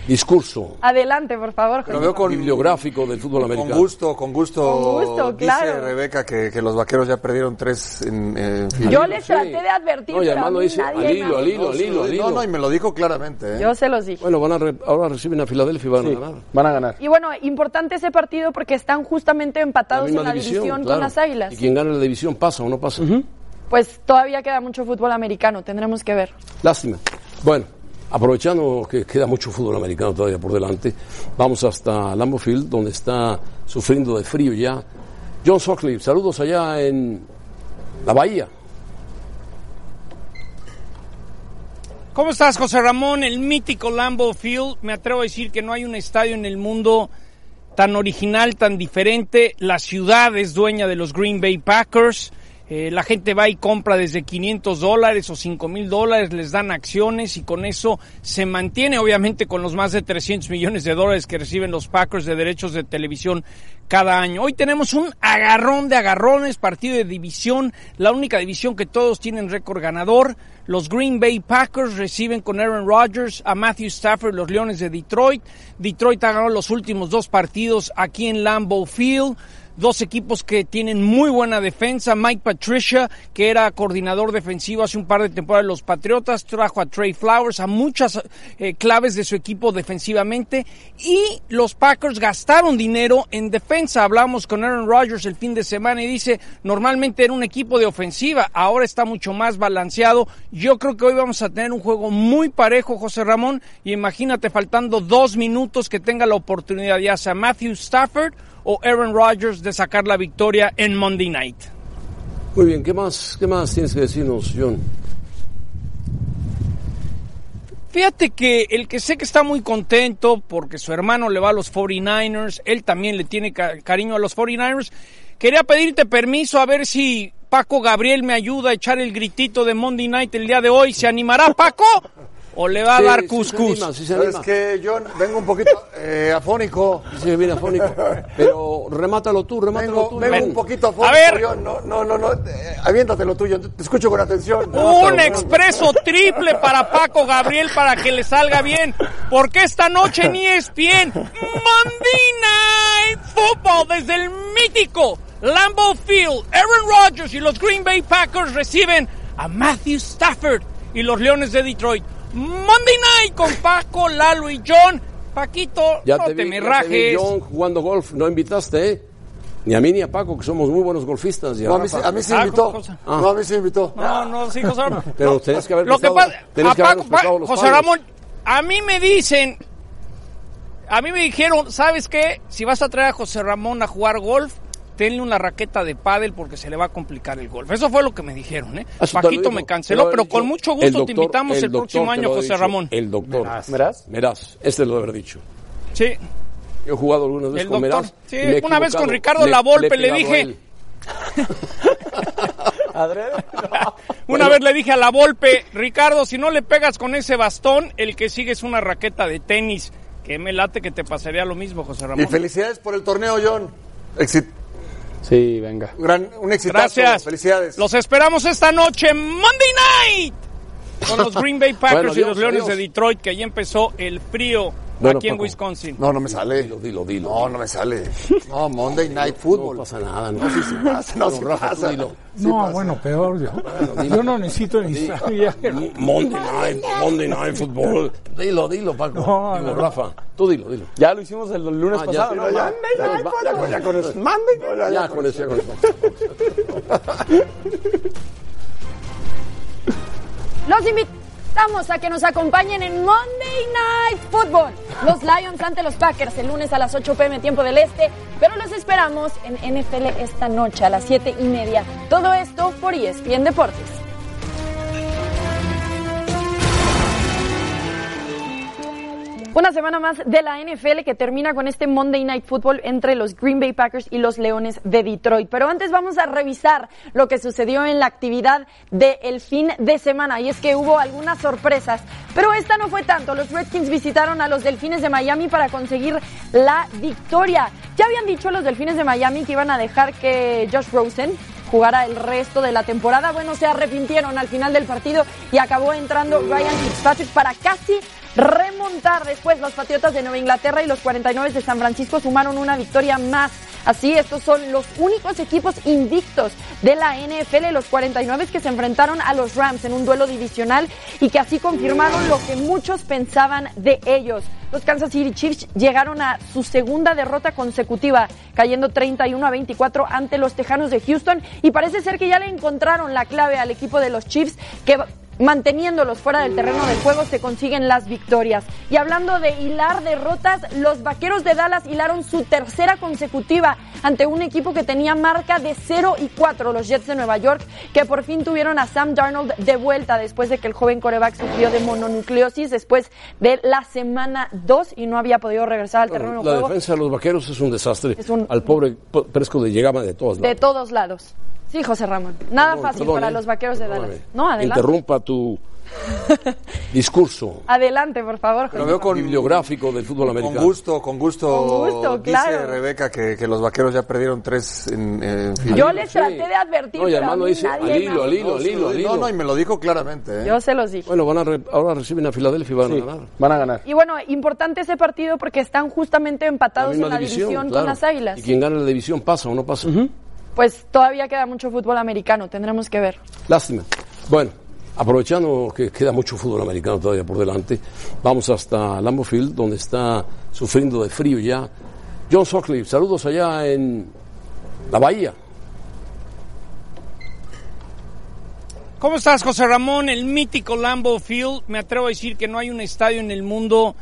[SPEAKER 2] discurso
[SPEAKER 9] Adelante, por favor, José.
[SPEAKER 3] Lo veo con,
[SPEAKER 2] bibliográfico del fútbol
[SPEAKER 3] con
[SPEAKER 2] americano.
[SPEAKER 3] gusto, con gusto.
[SPEAKER 9] Con gusto, claro.
[SPEAKER 3] Dice Rebeca que, que los vaqueros ya perdieron tres en. eh, en
[SPEAKER 9] Yo
[SPEAKER 3] fila.
[SPEAKER 9] les traté de advertir,
[SPEAKER 2] No, y
[SPEAKER 9] pero a
[SPEAKER 2] además lo
[SPEAKER 9] mí
[SPEAKER 2] dice
[SPEAKER 9] nadie
[SPEAKER 2] al hilo,
[SPEAKER 9] me-
[SPEAKER 2] al hilo, al hilo, al
[SPEAKER 3] No,
[SPEAKER 2] hilo.
[SPEAKER 3] no, y me lo dijo claramente. ¿eh?
[SPEAKER 9] Yo se los dije.
[SPEAKER 2] Bueno, van a re- ahora reciben a Filadelfia y van
[SPEAKER 4] Sí,
[SPEAKER 2] a ganar.
[SPEAKER 4] Van a ganar.
[SPEAKER 9] Y bueno, importante ese partido porque están justamente empatados en la división,
[SPEAKER 2] claro.
[SPEAKER 9] con las Águilas.
[SPEAKER 2] Y quien gana la división pasa o no pasa.
[SPEAKER 9] Pues todavía queda mucho fútbol americano, tendremos que ver.
[SPEAKER 2] Lástima. Bueno, aprovechando que queda mucho fútbol americano todavía por delante, vamos hasta Lambeau Field, donde está sufriendo de frío ya. John Sockley, saludos allá en la Bahía.
[SPEAKER 13] ¿Cómo estás, José Ramón? El mítico Lambeau Field. Me atrevo a decir que no hay un estadio en el mundo tan original, tan diferente. La ciudad es dueña de los Green Bay Packers. Eh, la gente va y compra desde 500 dólares o 5 mil dólares, les dan acciones y con eso se mantiene, obviamente, con los más de 300 millones de dólares que reciben los Packers de derechos de televisión cada año. Hoy tenemos un agarrón de agarrones, partido de división, la única división que todos tienen récord ganador. Los Green Bay Packers reciben con Aaron Rodgers a Matthew Stafford, los Leones de Detroit. Detroit ha ganado los últimos dos partidos aquí en Lambeau Field. Dos equipos que tienen muy buena defensa. Mike Patricia, que era coordinador defensivo hace un par de temporadas de los Patriotas, trajo a Trey Flowers, a muchas eh, claves de su equipo defensivamente. Y los Packers gastaron dinero en defensa. Hablamos con Aaron Rodgers el fin de semana y dice, normalmente era un equipo de ofensiva, ahora está mucho más balanceado. Yo creo que hoy vamos a tener un juego muy parejo, José Ramón. Y imagínate faltando dos minutos que tenga la oportunidad ya sea Matthew Stafford o Aaron Rodgers de sacar la victoria en Monday Night.
[SPEAKER 2] Muy bien, ¿qué más, qué más tienes que decirnos, John?
[SPEAKER 13] Fíjate que el que sé que está muy contento porque su hermano le va a los 49ers, él también le tiene ca- cariño a los 49ers. Quería pedirte permiso a ver si Paco Gabriel me ayuda a echar el gritito de Monday Night el día de hoy. ¿Se animará, Paco? o le va a
[SPEAKER 3] Sí,
[SPEAKER 13] dar
[SPEAKER 3] sí, se
[SPEAKER 13] cuscús.
[SPEAKER 3] anima, sí se anima. Es que yo vengo un poquito eh, afónico.
[SPEAKER 2] Sí, bien afónico. Pero remátalo tú, remátalo
[SPEAKER 3] vengo,
[SPEAKER 2] tú.
[SPEAKER 3] Vengo
[SPEAKER 2] Ven.
[SPEAKER 3] un poquito afónico.
[SPEAKER 2] A ver.
[SPEAKER 3] John. no, no, no, no. eh, aviéntate lo tuyo. Te escucho con atención.
[SPEAKER 13] Un expreso triple para Paco Gabriel para que le salga bien. Porque esta noche E ni es bien. Monday Night Football desde el mítico Lambeau Field. Aaron Rodgers y los Green Bay Packers reciben a Matthew Stafford y los Leones de Detroit. Monday Night con Paco, Lalo y John. Paquito,
[SPEAKER 2] Ya
[SPEAKER 13] no
[SPEAKER 2] te,
[SPEAKER 13] te,
[SPEAKER 2] vi,
[SPEAKER 13] me
[SPEAKER 2] ya
[SPEAKER 13] rajes.
[SPEAKER 2] te vi, John, jugando golf. No invitaste, ¿eh? Ni a mí ni a Paco, que somos muy buenos golfistas. y
[SPEAKER 3] No, a mí,
[SPEAKER 2] Rafa.
[SPEAKER 3] a mí se
[SPEAKER 2] Ah,
[SPEAKER 3] invitó.
[SPEAKER 2] José.
[SPEAKER 3] No, a mí se invitó.
[SPEAKER 13] No, no, sí, José Ramón.
[SPEAKER 2] [laughs] Pero tenías que haber
[SPEAKER 13] Lo que
[SPEAKER 2] cruzado-
[SPEAKER 13] pasa,
[SPEAKER 2] tenías
[SPEAKER 13] a
[SPEAKER 2] que haber
[SPEAKER 13] Paco-
[SPEAKER 2] cruzado
[SPEAKER 13] Pa-
[SPEAKER 2] los
[SPEAKER 13] José
[SPEAKER 2] palos.
[SPEAKER 13] Ramón, a mí me dicen, a mí me dijeron, ¿sabes qué? Si vas a traer a José Ramón a jugar golf, tenle una raqueta de pádel porque se le va a complicar el golf. Eso fue lo que me dijeron, ¿eh?
[SPEAKER 2] Eso Ah, te lo
[SPEAKER 13] Paquito
[SPEAKER 2] dijo,
[SPEAKER 13] me
[SPEAKER 2] te
[SPEAKER 13] canceló,
[SPEAKER 2] lo
[SPEAKER 13] pero
[SPEAKER 2] dijo
[SPEAKER 13] con mucho gusto te
[SPEAKER 2] doctor-
[SPEAKER 13] invitamos el,
[SPEAKER 2] doctor
[SPEAKER 13] próximo
[SPEAKER 2] te
[SPEAKER 13] año,
[SPEAKER 2] lo ha
[SPEAKER 13] José
[SPEAKER 2] dicho,
[SPEAKER 13] Ramón.
[SPEAKER 2] El doctor.
[SPEAKER 13] Meraz.
[SPEAKER 2] Meraz, este lo haber dicho.
[SPEAKER 13] Sí.
[SPEAKER 2] Yo he jugado algunas veces
[SPEAKER 13] El
[SPEAKER 2] con
[SPEAKER 13] doctor.
[SPEAKER 2] Meraz.
[SPEAKER 13] Sí,
[SPEAKER 2] y me he
[SPEAKER 13] una vez con
[SPEAKER 2] equivocado.
[SPEAKER 13] Ricardo
[SPEAKER 2] Le-
[SPEAKER 13] Lavolpe
[SPEAKER 2] le he
[SPEAKER 13] le,
[SPEAKER 2] pegado a
[SPEAKER 13] dije.
[SPEAKER 2] [laughs] él.
[SPEAKER 13] Una vez le dije a la Volpe, Ricardo, si no le pegas con ese bastón, el que sigue es una raqueta de tenis. Que me late que te pasaría lo mismo, José Ramón.
[SPEAKER 3] Y felicidades por el torneo, John.
[SPEAKER 4] Sí, venga.
[SPEAKER 3] Gran, un exitazo.
[SPEAKER 13] Gracias.
[SPEAKER 3] Felicidades.
[SPEAKER 13] Los esperamos esta noche, Monday Night,
[SPEAKER 3] [laughs]
[SPEAKER 13] con los Green Bay Packers
[SPEAKER 3] Bueno,
[SPEAKER 13] y
[SPEAKER 3] adiós,
[SPEAKER 13] los Leones
[SPEAKER 3] adiós.
[SPEAKER 13] de Detroit, que allí empezó el frío
[SPEAKER 2] Bueno,
[SPEAKER 13] aquí en
[SPEAKER 2] Paco.
[SPEAKER 13] Wisconsin.
[SPEAKER 3] No, no me sale.
[SPEAKER 2] Dilo, dilo, dilo.
[SPEAKER 3] No, no me sale. No, Monday Night Football. No pasa
[SPEAKER 2] nada.
[SPEAKER 3] No, sí, sí pasa. No, sí pasa.
[SPEAKER 5] No, bueno, peor yo. Yo no necesito ni saber.
[SPEAKER 2] Monday night, Monday night football. Dilo, dilo, Paco. Digo, Rafa, tú dilo, dilo.
[SPEAKER 4] Ya lo hicimos el lunes
[SPEAKER 2] Ah, ya.
[SPEAKER 4] pasado. ¿no?
[SPEAKER 2] Ya,
[SPEAKER 4] Monday Night
[SPEAKER 2] ya,
[SPEAKER 4] Football.
[SPEAKER 2] ya con eso.
[SPEAKER 4] Monday Night
[SPEAKER 2] Ya,
[SPEAKER 4] Football.
[SPEAKER 2] con eso, ya con eso.
[SPEAKER 9] Los invitamos a que nos acompañen en Monday Night Football. Los Lions ante los Packers el lunes a las 8 pm tiempo del Este, pero los esperamos en NFL esta noche a las 7 y media. Todo esto por E ESPN Deportes. Una semana más de la NFL que termina con este Monday Night Football entre los Green Bay Packers y los Leones de Detroit. Pero antes vamos a revisar lo que sucedió en la actividad del fin de semana. Y es que hubo algunas sorpresas, pero esta no fue tanto. Los Redskins visitaron a los Delfines de Miami para conseguir la victoria. Ya habían dicho los Delfines de Miami que iban a dejar que Josh Rosen jugara el resto de la temporada. Bueno, se arrepintieron al final del partido y acabó entrando Ryan Fitzpatrick para casi remontar después los Patriotas de Nueva Inglaterra y los 49 de San Francisco sumaron una victoria más. Así, estos son los únicos equipos invictos de la NFL, los 49 que se enfrentaron a los Rams en un duelo divisional y que así confirmaron lo que muchos pensaban de ellos. Los Kansas City Chiefs llegaron a su segunda derrota consecutiva, cayendo 31 a 24 ante los Tejanos de Houston y parece ser que ya le encontraron la clave al equipo de los Chiefs que manteniéndolos fuera del terreno de juego se consiguen las victorias. Y hablando de hilar derrotas, los Vaqueros de Dallas hilaron su tercera consecutiva ante un equipo que tenía marca de 0 y 4, los Jets de Nueva York, que por fin tuvieron a Sam Darnold de vuelta después de que el joven coreback sufrió de mononucleosis después de la semana 2 y no había podido regresar al terreno de
[SPEAKER 2] La
[SPEAKER 9] juego
[SPEAKER 2] defensa de los vaqueros es un desastre.
[SPEAKER 9] Es un-
[SPEAKER 2] Al pobre p- Presco de llegaba de todas
[SPEAKER 9] de todos lados. Sí, José Ramón, nada
[SPEAKER 2] Perdón,
[SPEAKER 9] fácil
[SPEAKER 2] perdón,
[SPEAKER 9] para
[SPEAKER 2] ¿eh?
[SPEAKER 9] los Vaqueros de Dallas.
[SPEAKER 2] Perdóname.
[SPEAKER 9] No, adelante.
[SPEAKER 2] Interrumpa
[SPEAKER 9] [laughs]
[SPEAKER 2] tu discurso.
[SPEAKER 9] Adelante, por favor, José
[SPEAKER 2] Lo veo con bibliográfico del fútbol americano. Con gusto,
[SPEAKER 3] con gusto.
[SPEAKER 9] Con gusto, claro.
[SPEAKER 3] Dice Rebeca que, que los vaqueros ya perdieron tres en, en fila.
[SPEAKER 9] Yo les traté de advertir,
[SPEAKER 2] No, y
[SPEAKER 9] pero a
[SPEAKER 2] además lo
[SPEAKER 9] mí
[SPEAKER 2] dice
[SPEAKER 9] nadie
[SPEAKER 2] al hilo,
[SPEAKER 9] me-
[SPEAKER 2] al hilo, al hilo, al hilo.
[SPEAKER 3] No, no, y me lo dijo claramente. ¿eh?
[SPEAKER 9] Yo se los dije.
[SPEAKER 2] Bueno, van a re- ahora reciben a Filadelfia y van a ganar. Van a ganar.
[SPEAKER 9] Y bueno, importante ese partido porque están justamente empatados
[SPEAKER 2] misma
[SPEAKER 9] en la
[SPEAKER 2] división,
[SPEAKER 9] división,
[SPEAKER 2] claro.
[SPEAKER 9] con las Águilas.
[SPEAKER 2] Y quien gana la división pasa o no pasa.
[SPEAKER 9] Pues todavía queda mucho fútbol americano, tendremos que ver.
[SPEAKER 2] Lástima. Bueno, aprovechando que queda mucho fútbol americano todavía por delante, vamos hasta Lambeau Field, donde está sufriendo de frío ya. John Sockley, saludos allá en la Bahía.
[SPEAKER 13] ¿Cómo estás, José Ramón? El mítico Lambeau Field. Me atrevo a decir que no hay un estadio en el mundo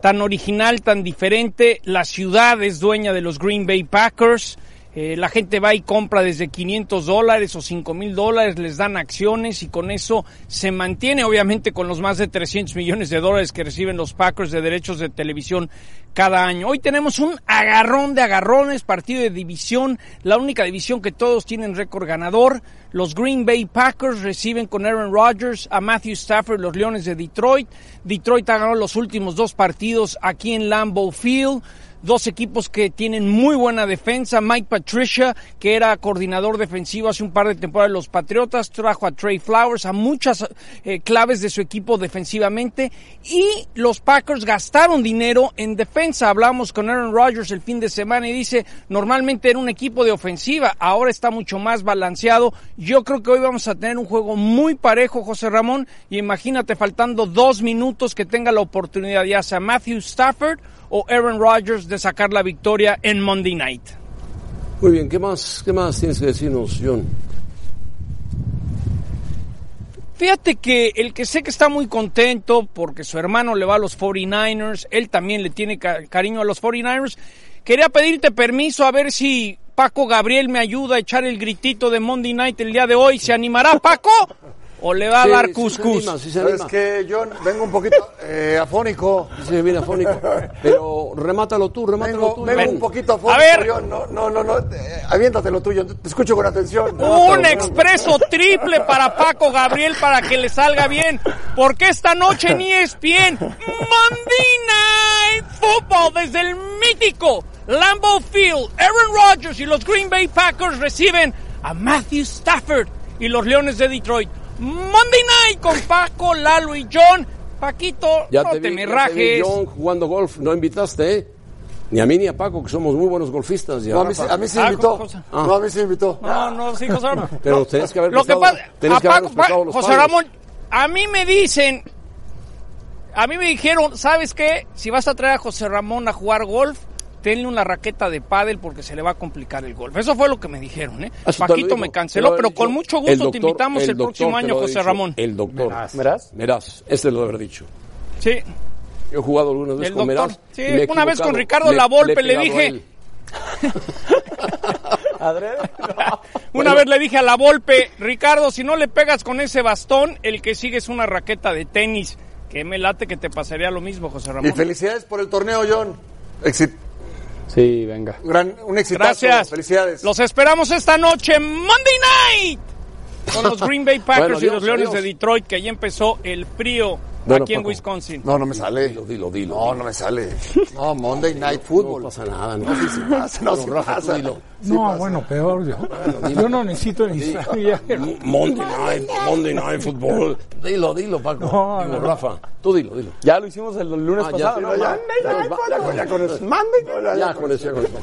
[SPEAKER 13] tan original, tan diferente. La ciudad es dueña de los Green Bay Packers. Eh, la gente va y compra desde 500 dólares o 5 mil dólares, les dan acciones y con eso se mantiene, obviamente, con los más de 300 millones de dólares que reciben los Packers de derechos de televisión cada año. Hoy tenemos un agarrón de agarrones, partido de división, la única división que todos tienen récord ganador. Los Green Bay Packers reciben con Aaron Rodgers a Matthew Stafford, los Leones de Detroit. Detroit ha ganado los últimos dos partidos aquí en Lambeau Field dos equipos que tienen muy buena defensa. Mike Patricia, que era coordinador defensivo hace un par de temporadas de los Patriotas, trajo a Trey Flowers, a muchas eh, claves de su equipo defensivamente. Y los Packers gastaron dinero en defensa. Hablamos con Aaron Rodgers el fin de semana y dice, normalmente era un equipo de ofensiva, ahora está mucho más balanceado. Yo creo que hoy vamos a tener un juego muy parejo, José Ramón, y imagínate faltando dos minutos que tenga la oportunidad ya sea Matthew Stafford o Aaron Rodgers de sacar la victoria en Monday Night.
[SPEAKER 2] Muy bien, ¿qué más, qué más tienes que decirnos, John?
[SPEAKER 13] Fíjate que el que sé que está muy contento porque su hermano le va a los 49ers, él también le tiene ca- cariño a los 49ers. Quería pedirte permiso a ver si Paco Gabriel me ayuda a echar el gritito de Monday Night el día de hoy. ¿Se animará Paco o le va a dar cuscús?
[SPEAKER 3] Es que yo vengo un poquito eh, afónico.
[SPEAKER 2] Sí, viene
[SPEAKER 3] [laughs]
[SPEAKER 2] afónico. Pero remátalo tú, remátalo
[SPEAKER 3] vengo,
[SPEAKER 2] tú.
[SPEAKER 3] Vengo
[SPEAKER 2] John.
[SPEAKER 3] un poquito afónico.
[SPEAKER 2] A ver.
[SPEAKER 3] John. no, no, no, no. eh, aviéntate lo tuyo. Te escucho con atención.
[SPEAKER 13] Un expreso triple para Paco Gabriel para que le salga bien. Porque esta noche E ni es bien. Monday Night Football desde el mítico Lambeau Field. Aaron Rodgers y los Green Bay Packers reciben a Matthew Stafford y los Leones de Detroit. Monday Night con Paco, Lalo y John. Paquito,
[SPEAKER 2] Ya
[SPEAKER 13] no
[SPEAKER 2] te,
[SPEAKER 13] te,
[SPEAKER 2] vi,
[SPEAKER 13] me
[SPEAKER 2] ya te
[SPEAKER 13] rajes.
[SPEAKER 2] vi, John, jugando golf, no invitaste, ¿eh? Ni a mí ni a Paco, que somos muy buenos golfistas. y
[SPEAKER 3] No, a mí,
[SPEAKER 2] Rafa.
[SPEAKER 3] sí- a mí sí invitó.
[SPEAKER 2] Ah.
[SPEAKER 3] No, a mí sí invitó.
[SPEAKER 13] No, no, sí, José Ramón.
[SPEAKER 2] [laughs] Pero tenías que haber
[SPEAKER 13] Lo que
[SPEAKER 2] prestado-
[SPEAKER 13] pasa,
[SPEAKER 2] tenías
[SPEAKER 13] a
[SPEAKER 2] que habernos
[SPEAKER 13] Paco-
[SPEAKER 2] prestado
[SPEAKER 13] Pa-
[SPEAKER 2] los
[SPEAKER 13] José
[SPEAKER 2] padres.
[SPEAKER 13] Ramón, a mí me dicen, a mí me dijeron, ¿sabes qué? Si vas a traer a José Ramón a jugar golf, tenle una raqueta de pádel porque se le va a complicar el golf. Eso fue lo que me dijeron, ¿eh?
[SPEAKER 2] Ah, Eso te lo
[SPEAKER 13] Paquito
[SPEAKER 2] digo,
[SPEAKER 13] me
[SPEAKER 2] te
[SPEAKER 13] canceló,
[SPEAKER 2] lo he
[SPEAKER 13] pero con
[SPEAKER 2] dicho.
[SPEAKER 13] mucho
[SPEAKER 2] El
[SPEAKER 13] gusto te
[SPEAKER 2] doctor-
[SPEAKER 13] invitamos el,
[SPEAKER 2] doctor
[SPEAKER 13] próximo
[SPEAKER 2] te lo
[SPEAKER 13] año,
[SPEAKER 2] ha
[SPEAKER 13] José
[SPEAKER 2] dicho,
[SPEAKER 13] Ramón.
[SPEAKER 2] El doctor.
[SPEAKER 13] Verás.
[SPEAKER 2] Verás. Verás, este lo haber dicho.
[SPEAKER 13] Sí.
[SPEAKER 2] Yo he jugado algunas veces
[SPEAKER 13] El
[SPEAKER 2] con
[SPEAKER 13] doctor.
[SPEAKER 2] Verás.
[SPEAKER 13] Sí,
[SPEAKER 2] y me he
[SPEAKER 13] una vez
[SPEAKER 2] equivocado.
[SPEAKER 13] con Ricardo
[SPEAKER 2] Le-
[SPEAKER 13] Lavolpe
[SPEAKER 2] le he
[SPEAKER 13] le,
[SPEAKER 2] pegado a
[SPEAKER 13] dije.
[SPEAKER 3] [laughs]
[SPEAKER 2] él.
[SPEAKER 13] Una vez le dije a la Volpe, Ricardo, si no le pegas con ese bastón, el que sigue es una raqueta de tenis. Que me late que te pasaría lo mismo, José Ramón.
[SPEAKER 3] Y felicidades por el torneo, John.
[SPEAKER 4] Sí, venga.
[SPEAKER 3] Gran, un exitazo.
[SPEAKER 13] Gracias.
[SPEAKER 3] Felicidades.
[SPEAKER 13] Los esperamos esta noche, Monday Night,
[SPEAKER 2] [laughs]
[SPEAKER 13] con los Green Bay Packers
[SPEAKER 3] Bueno,
[SPEAKER 13] y los
[SPEAKER 3] adiós,
[SPEAKER 13] Leones
[SPEAKER 3] adiós.
[SPEAKER 13] de Detroit, que ya empezó el frío
[SPEAKER 3] Bueno,
[SPEAKER 13] aquí en
[SPEAKER 3] Paco.
[SPEAKER 13] Wisconsin.
[SPEAKER 3] No, no me sale.
[SPEAKER 2] Dilo, dilo, dilo.
[SPEAKER 3] No, no me sale. No, Monday Night Football. No pasa
[SPEAKER 2] nada,
[SPEAKER 3] no. sí se pasa, no,
[SPEAKER 2] No,
[SPEAKER 3] se
[SPEAKER 2] Rafa, tú
[SPEAKER 3] pasa.
[SPEAKER 2] dilo.
[SPEAKER 5] No, bueno, peor yo. Yo no necesito ni [laughs] saber.
[SPEAKER 2] Monday night, Monday night football. Dilo, dilo, Paco.
[SPEAKER 5] No,
[SPEAKER 2] Digo,
[SPEAKER 5] no.
[SPEAKER 2] Rafa, tú dilo, dilo.
[SPEAKER 4] Ya lo hicimos el lunes
[SPEAKER 2] Ah, ya,
[SPEAKER 4] pasado, ¿no?
[SPEAKER 2] ya, ya.
[SPEAKER 4] Monday
[SPEAKER 2] Ya,
[SPEAKER 4] Night
[SPEAKER 2] ya, ya,
[SPEAKER 4] Football.
[SPEAKER 2] ya con eso.
[SPEAKER 4] Monday Night
[SPEAKER 2] Ya,
[SPEAKER 4] Football.
[SPEAKER 2] con eso, ya con eso.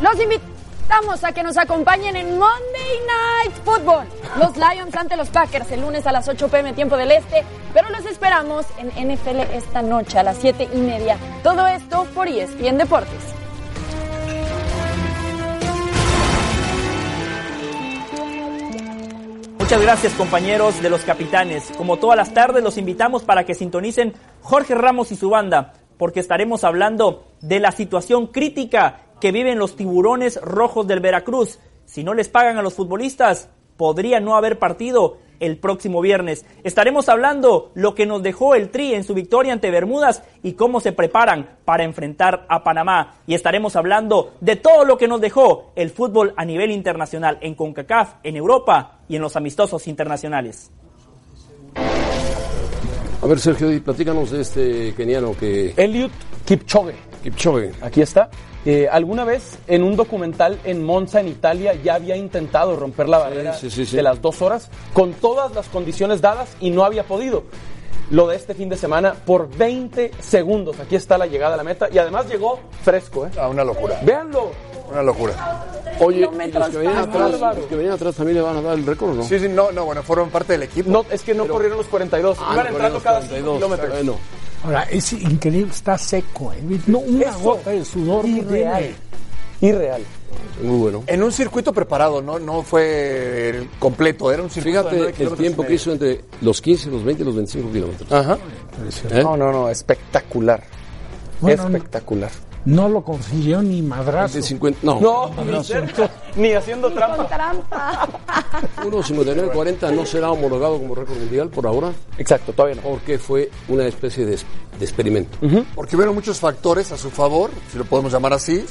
[SPEAKER 9] Los invitamos a que nos acompañen en Monday Night Football. Los Lions ante los Packers el lunes a las 8 pm tiempo del Este, pero los esperamos en NFL esta noche a las 7 y media. Todo esto por E ESPN Deportes.
[SPEAKER 14] Muchas gracias compañeros de los capitanes. Como todas las tardes los invitamos para que sintonicen Jorge Ramos y su banda, porque estaremos hablando de la situación crítica que viven los tiburones rojos del Veracruz. Si no les pagan a los futbolistas, podría no haber partido el próximo viernes. Estaremos hablando lo que nos dejó el Tri en su victoria ante Bermudas y cómo se preparan para enfrentar a Panamá. Y estaremos hablando de todo lo que nos dejó el fútbol a nivel internacional en CONCACAF, en Europa y en los amistosos internacionales.
[SPEAKER 2] A ver, Sergio, y platícanos de este keniano que...
[SPEAKER 4] Elliot Kipchoge.
[SPEAKER 2] Kipchoge.
[SPEAKER 4] Aquí está. Eh, alguna vez en un documental en Monza, en Italia, ya había intentado romper la barrera
[SPEAKER 2] sí, sí, sí.
[SPEAKER 4] de las dos horas con todas las condiciones dadas y no había podido. Lo de este fin de semana por 20 segundos. Aquí está la llegada a la meta y además llegó fresco.
[SPEAKER 2] Ah,
[SPEAKER 4] ¿eh?
[SPEAKER 3] una locura.
[SPEAKER 4] Véanlo.
[SPEAKER 3] Una locura.
[SPEAKER 2] Oye, y los que, venían
[SPEAKER 4] [laughs]
[SPEAKER 2] atrás,
[SPEAKER 4] bárbaro.
[SPEAKER 2] los que venían atrás también le van a dar el récord, ¿no?
[SPEAKER 3] Sí, sí, no, no, bueno, fueron parte del equipo.
[SPEAKER 4] No, es que no corrieron los 42.
[SPEAKER 2] Ah,
[SPEAKER 4] Iban
[SPEAKER 2] no
[SPEAKER 4] entrando
[SPEAKER 2] corrieron
[SPEAKER 4] cada
[SPEAKER 2] los
[SPEAKER 4] 5
[SPEAKER 2] 42,
[SPEAKER 4] kilómetros.
[SPEAKER 2] bueno.
[SPEAKER 5] Ahora, es increíble, está seco. ¿eh? No, una
[SPEAKER 4] Eso.
[SPEAKER 5] gota de sudor no tiene.
[SPEAKER 4] Irreal. Irreal.
[SPEAKER 2] Muy bueno.
[SPEAKER 3] En un circuito preparado, no, no fue el completo, era un circuito. de nueve
[SPEAKER 2] Fíjate el
[SPEAKER 3] kilómetros
[SPEAKER 2] tiempo
[SPEAKER 3] y
[SPEAKER 2] que
[SPEAKER 3] medio.
[SPEAKER 2] hizo entre los 15, los 20 y los 25 kilómetros.
[SPEAKER 4] Ajá.
[SPEAKER 2] ¿Eh?
[SPEAKER 4] No, no, no, espectacular.
[SPEAKER 5] Bueno,
[SPEAKER 4] Espectacular.
[SPEAKER 5] No lo consiguió ni madrazo.
[SPEAKER 2] De 50, no.
[SPEAKER 5] No,
[SPEAKER 2] Madrazo.
[SPEAKER 5] ni cerca.
[SPEAKER 12] Ni haciendo trampa.
[SPEAKER 9] trampa.
[SPEAKER 2] 1.59.40 no será homologado como récord mundial por ahora.
[SPEAKER 4] Exacto, todavía no.
[SPEAKER 2] Porque fue una especie de, de experimento.
[SPEAKER 3] Porque hubieron muchos factores a su favor, si lo podemos llamar así,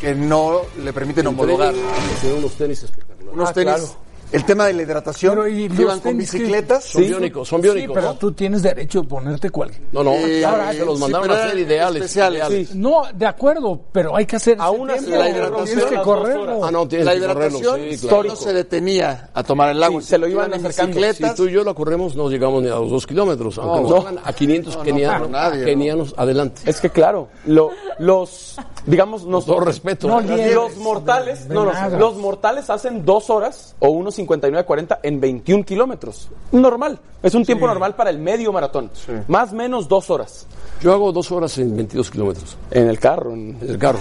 [SPEAKER 3] que no le permiten
[SPEAKER 2] Entre
[SPEAKER 3] homologar.
[SPEAKER 2] ellos, hicieron unos tenis espectaculares. Ah,
[SPEAKER 3] Unos tenis. El tema de la hidratación,
[SPEAKER 5] Pero, ¿y los
[SPEAKER 3] llevan con
[SPEAKER 5] tenis que-
[SPEAKER 3] bicicletas.
[SPEAKER 2] Son biónicos, son biónicos,
[SPEAKER 5] Sí, pero
[SPEAKER 2] ¿no?
[SPEAKER 5] tú tienes derecho a ponerte cual.
[SPEAKER 2] No, no, ahora se los
[SPEAKER 3] sí,
[SPEAKER 2] mandaron
[SPEAKER 3] pero
[SPEAKER 2] a hacer
[SPEAKER 3] eran
[SPEAKER 2] ideales.
[SPEAKER 3] especiales.
[SPEAKER 2] ideales.
[SPEAKER 5] No, de acuerdo, pero hay que hacer. Aún
[SPEAKER 3] así, la hidratación-
[SPEAKER 5] Tienes que
[SPEAKER 3] las dos
[SPEAKER 5] correrlo.
[SPEAKER 2] Ah, no, tienes
[SPEAKER 3] La
[SPEAKER 2] que correrlo,
[SPEAKER 3] hidratación
[SPEAKER 2] sí, claro.
[SPEAKER 3] no se detenía a tomar el agua.
[SPEAKER 4] se lo iban
[SPEAKER 3] en
[SPEAKER 4] acercando.
[SPEAKER 2] Si
[SPEAKER 3] bicicletas.
[SPEAKER 2] tú y yo la corremos, no llegamos ni a los dos kilómetros. Aunque
[SPEAKER 4] no.
[SPEAKER 2] nos hagan a 500 kenianos,
[SPEAKER 3] no, nadie, no.
[SPEAKER 2] kenianos adelante.
[SPEAKER 4] Es que claro, lo- los, digamos, nos,
[SPEAKER 2] Todo respeto.
[SPEAKER 5] No,
[SPEAKER 2] ¿verdad?
[SPEAKER 5] ni-
[SPEAKER 4] los mortales,
[SPEAKER 5] de
[SPEAKER 4] no, no,
[SPEAKER 5] nada.
[SPEAKER 4] los mortales hacen dos horas o 1.59.40 en 21 kilómetros. Normal, es un tiempo normal para el medio maratón. Más o menos dos horas.
[SPEAKER 2] Yo hago dos horas en 22 kilómetros.
[SPEAKER 4] En el carro. en-
[SPEAKER 2] El carro.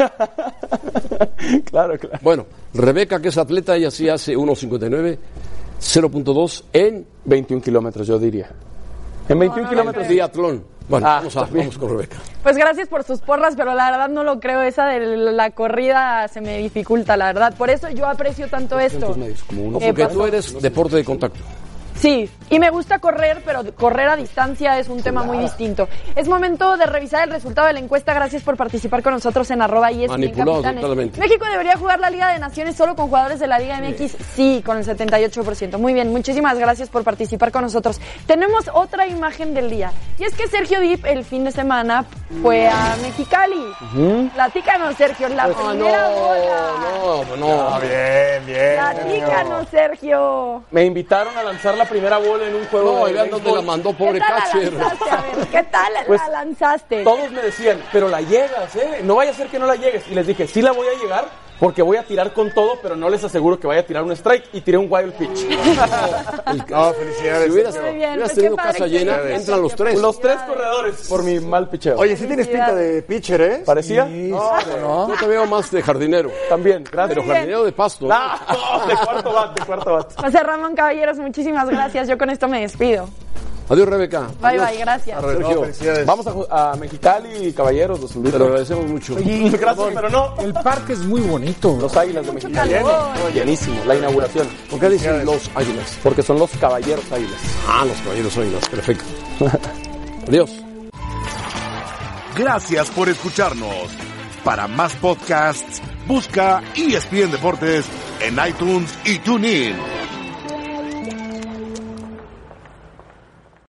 [SPEAKER 4] claro, claro.
[SPEAKER 2] Bueno, Rebeca, que es atleta, ella sí hace 1.59, 0.2 en
[SPEAKER 4] 21 kilómetros, yo diría. En 21
[SPEAKER 9] no,
[SPEAKER 4] kilómetros.
[SPEAKER 9] no,
[SPEAKER 2] triatlón. Bueno,
[SPEAKER 4] Ah,
[SPEAKER 2] vamos, a,
[SPEAKER 4] también.
[SPEAKER 2] vamos con Rebeca.
[SPEAKER 9] Pues gracias por sus porras, pero la verdad no lo creo. Esa de la corrida se me dificulta, la verdad. Por eso yo aprecio tanto esto.
[SPEAKER 2] No,
[SPEAKER 9] Eh,
[SPEAKER 2] porque
[SPEAKER 9] pasó.
[SPEAKER 2] tú eres deporte de contacto.
[SPEAKER 9] Sí, y me gusta correr, pero correr a distancia es un tema muy distinto. Es momento de revisar el resultado de la encuesta. Gracias por participar con nosotros en arroba y
[SPEAKER 2] Manipulados totalmente.
[SPEAKER 9] México debería jugar la Liga de Naciones solo con jugadores de la Liga MX. Sí, con el 78%. Muy bien, muchísimas gracias por participar con nosotros. Tenemos otra imagen del día. Y es que Sergio Dip el fin de semana fue a Mexicali. Platícanos, Sergio, la primera bola.
[SPEAKER 2] Pues, No, no, no.
[SPEAKER 7] Ah, Bien, bien.
[SPEAKER 9] Platícanos, Sergio.
[SPEAKER 4] Me invitaron a lanzar la primera bola en un juego.
[SPEAKER 2] No,
[SPEAKER 4] de
[SPEAKER 2] y vean dónde
[SPEAKER 4] béisbol.
[SPEAKER 2] la mandó,
[SPEAKER 9] ¿Qué tal
[SPEAKER 2] pobre
[SPEAKER 9] la
[SPEAKER 2] catcher.
[SPEAKER 9] lanzaste? A ver, ¿qué tal
[SPEAKER 4] Pues,
[SPEAKER 9] la lanzaste?
[SPEAKER 4] Todos me decían, pero la llegas, ¿eh? No vaya a ser que no la llegues. Y les dije, sí la voy a llegar porque voy a tirar con todo, pero no les aseguro que vaya a tirar un strike. Y tiré un wild pitch.
[SPEAKER 7] No, felicidades.
[SPEAKER 2] Si hubieras,
[SPEAKER 9] Muy bien,
[SPEAKER 2] hubieras
[SPEAKER 9] pues qué
[SPEAKER 2] tenido
[SPEAKER 9] padre
[SPEAKER 2] casa
[SPEAKER 9] que
[SPEAKER 2] llena,
[SPEAKER 9] hayas
[SPEAKER 2] entran los
[SPEAKER 9] hecho.
[SPEAKER 2] tres.
[SPEAKER 4] Los tres corredores por mi mal picheo.
[SPEAKER 3] Oye, sí tienes pinta de pitcher, ¿eh?
[SPEAKER 4] ¿Parecía? Ah, No,
[SPEAKER 2] Ah, Yo te veo más de jardinero.
[SPEAKER 4] también, gracias.
[SPEAKER 2] Pero jardinero de pasto. ¿no?
[SPEAKER 4] Ah, de cuarto bat, de cuarto bat.
[SPEAKER 9] José Ramón Caballeros, muchísimas gracias. Yo con esto me despido.
[SPEAKER 2] Adiós, Rebeca.
[SPEAKER 9] Bye,
[SPEAKER 2] Adiós,
[SPEAKER 9] bye, gracias.
[SPEAKER 2] Sergio.
[SPEAKER 4] Vamos a, ju- a Mexicali, caballeros, los
[SPEAKER 2] Te lo
[SPEAKER 4] invito.
[SPEAKER 2] agradecemos mucho. [laughs]
[SPEAKER 4] Gracias, pero no.
[SPEAKER 5] El parque es muy bonito.
[SPEAKER 4] Los águilas de Mexicali.
[SPEAKER 9] calor.
[SPEAKER 4] Llenísimo, la inauguración.
[SPEAKER 2] ¿Por qué dicen los águilas?
[SPEAKER 4] Porque son los caballeros águilas.
[SPEAKER 2] Ah, los caballeros águilas. Perfecto. Adiós.
[SPEAKER 1] Gracias por escucharnos. Para E más podcasts, busca ESPN Deportes en iTunes y TuneIn.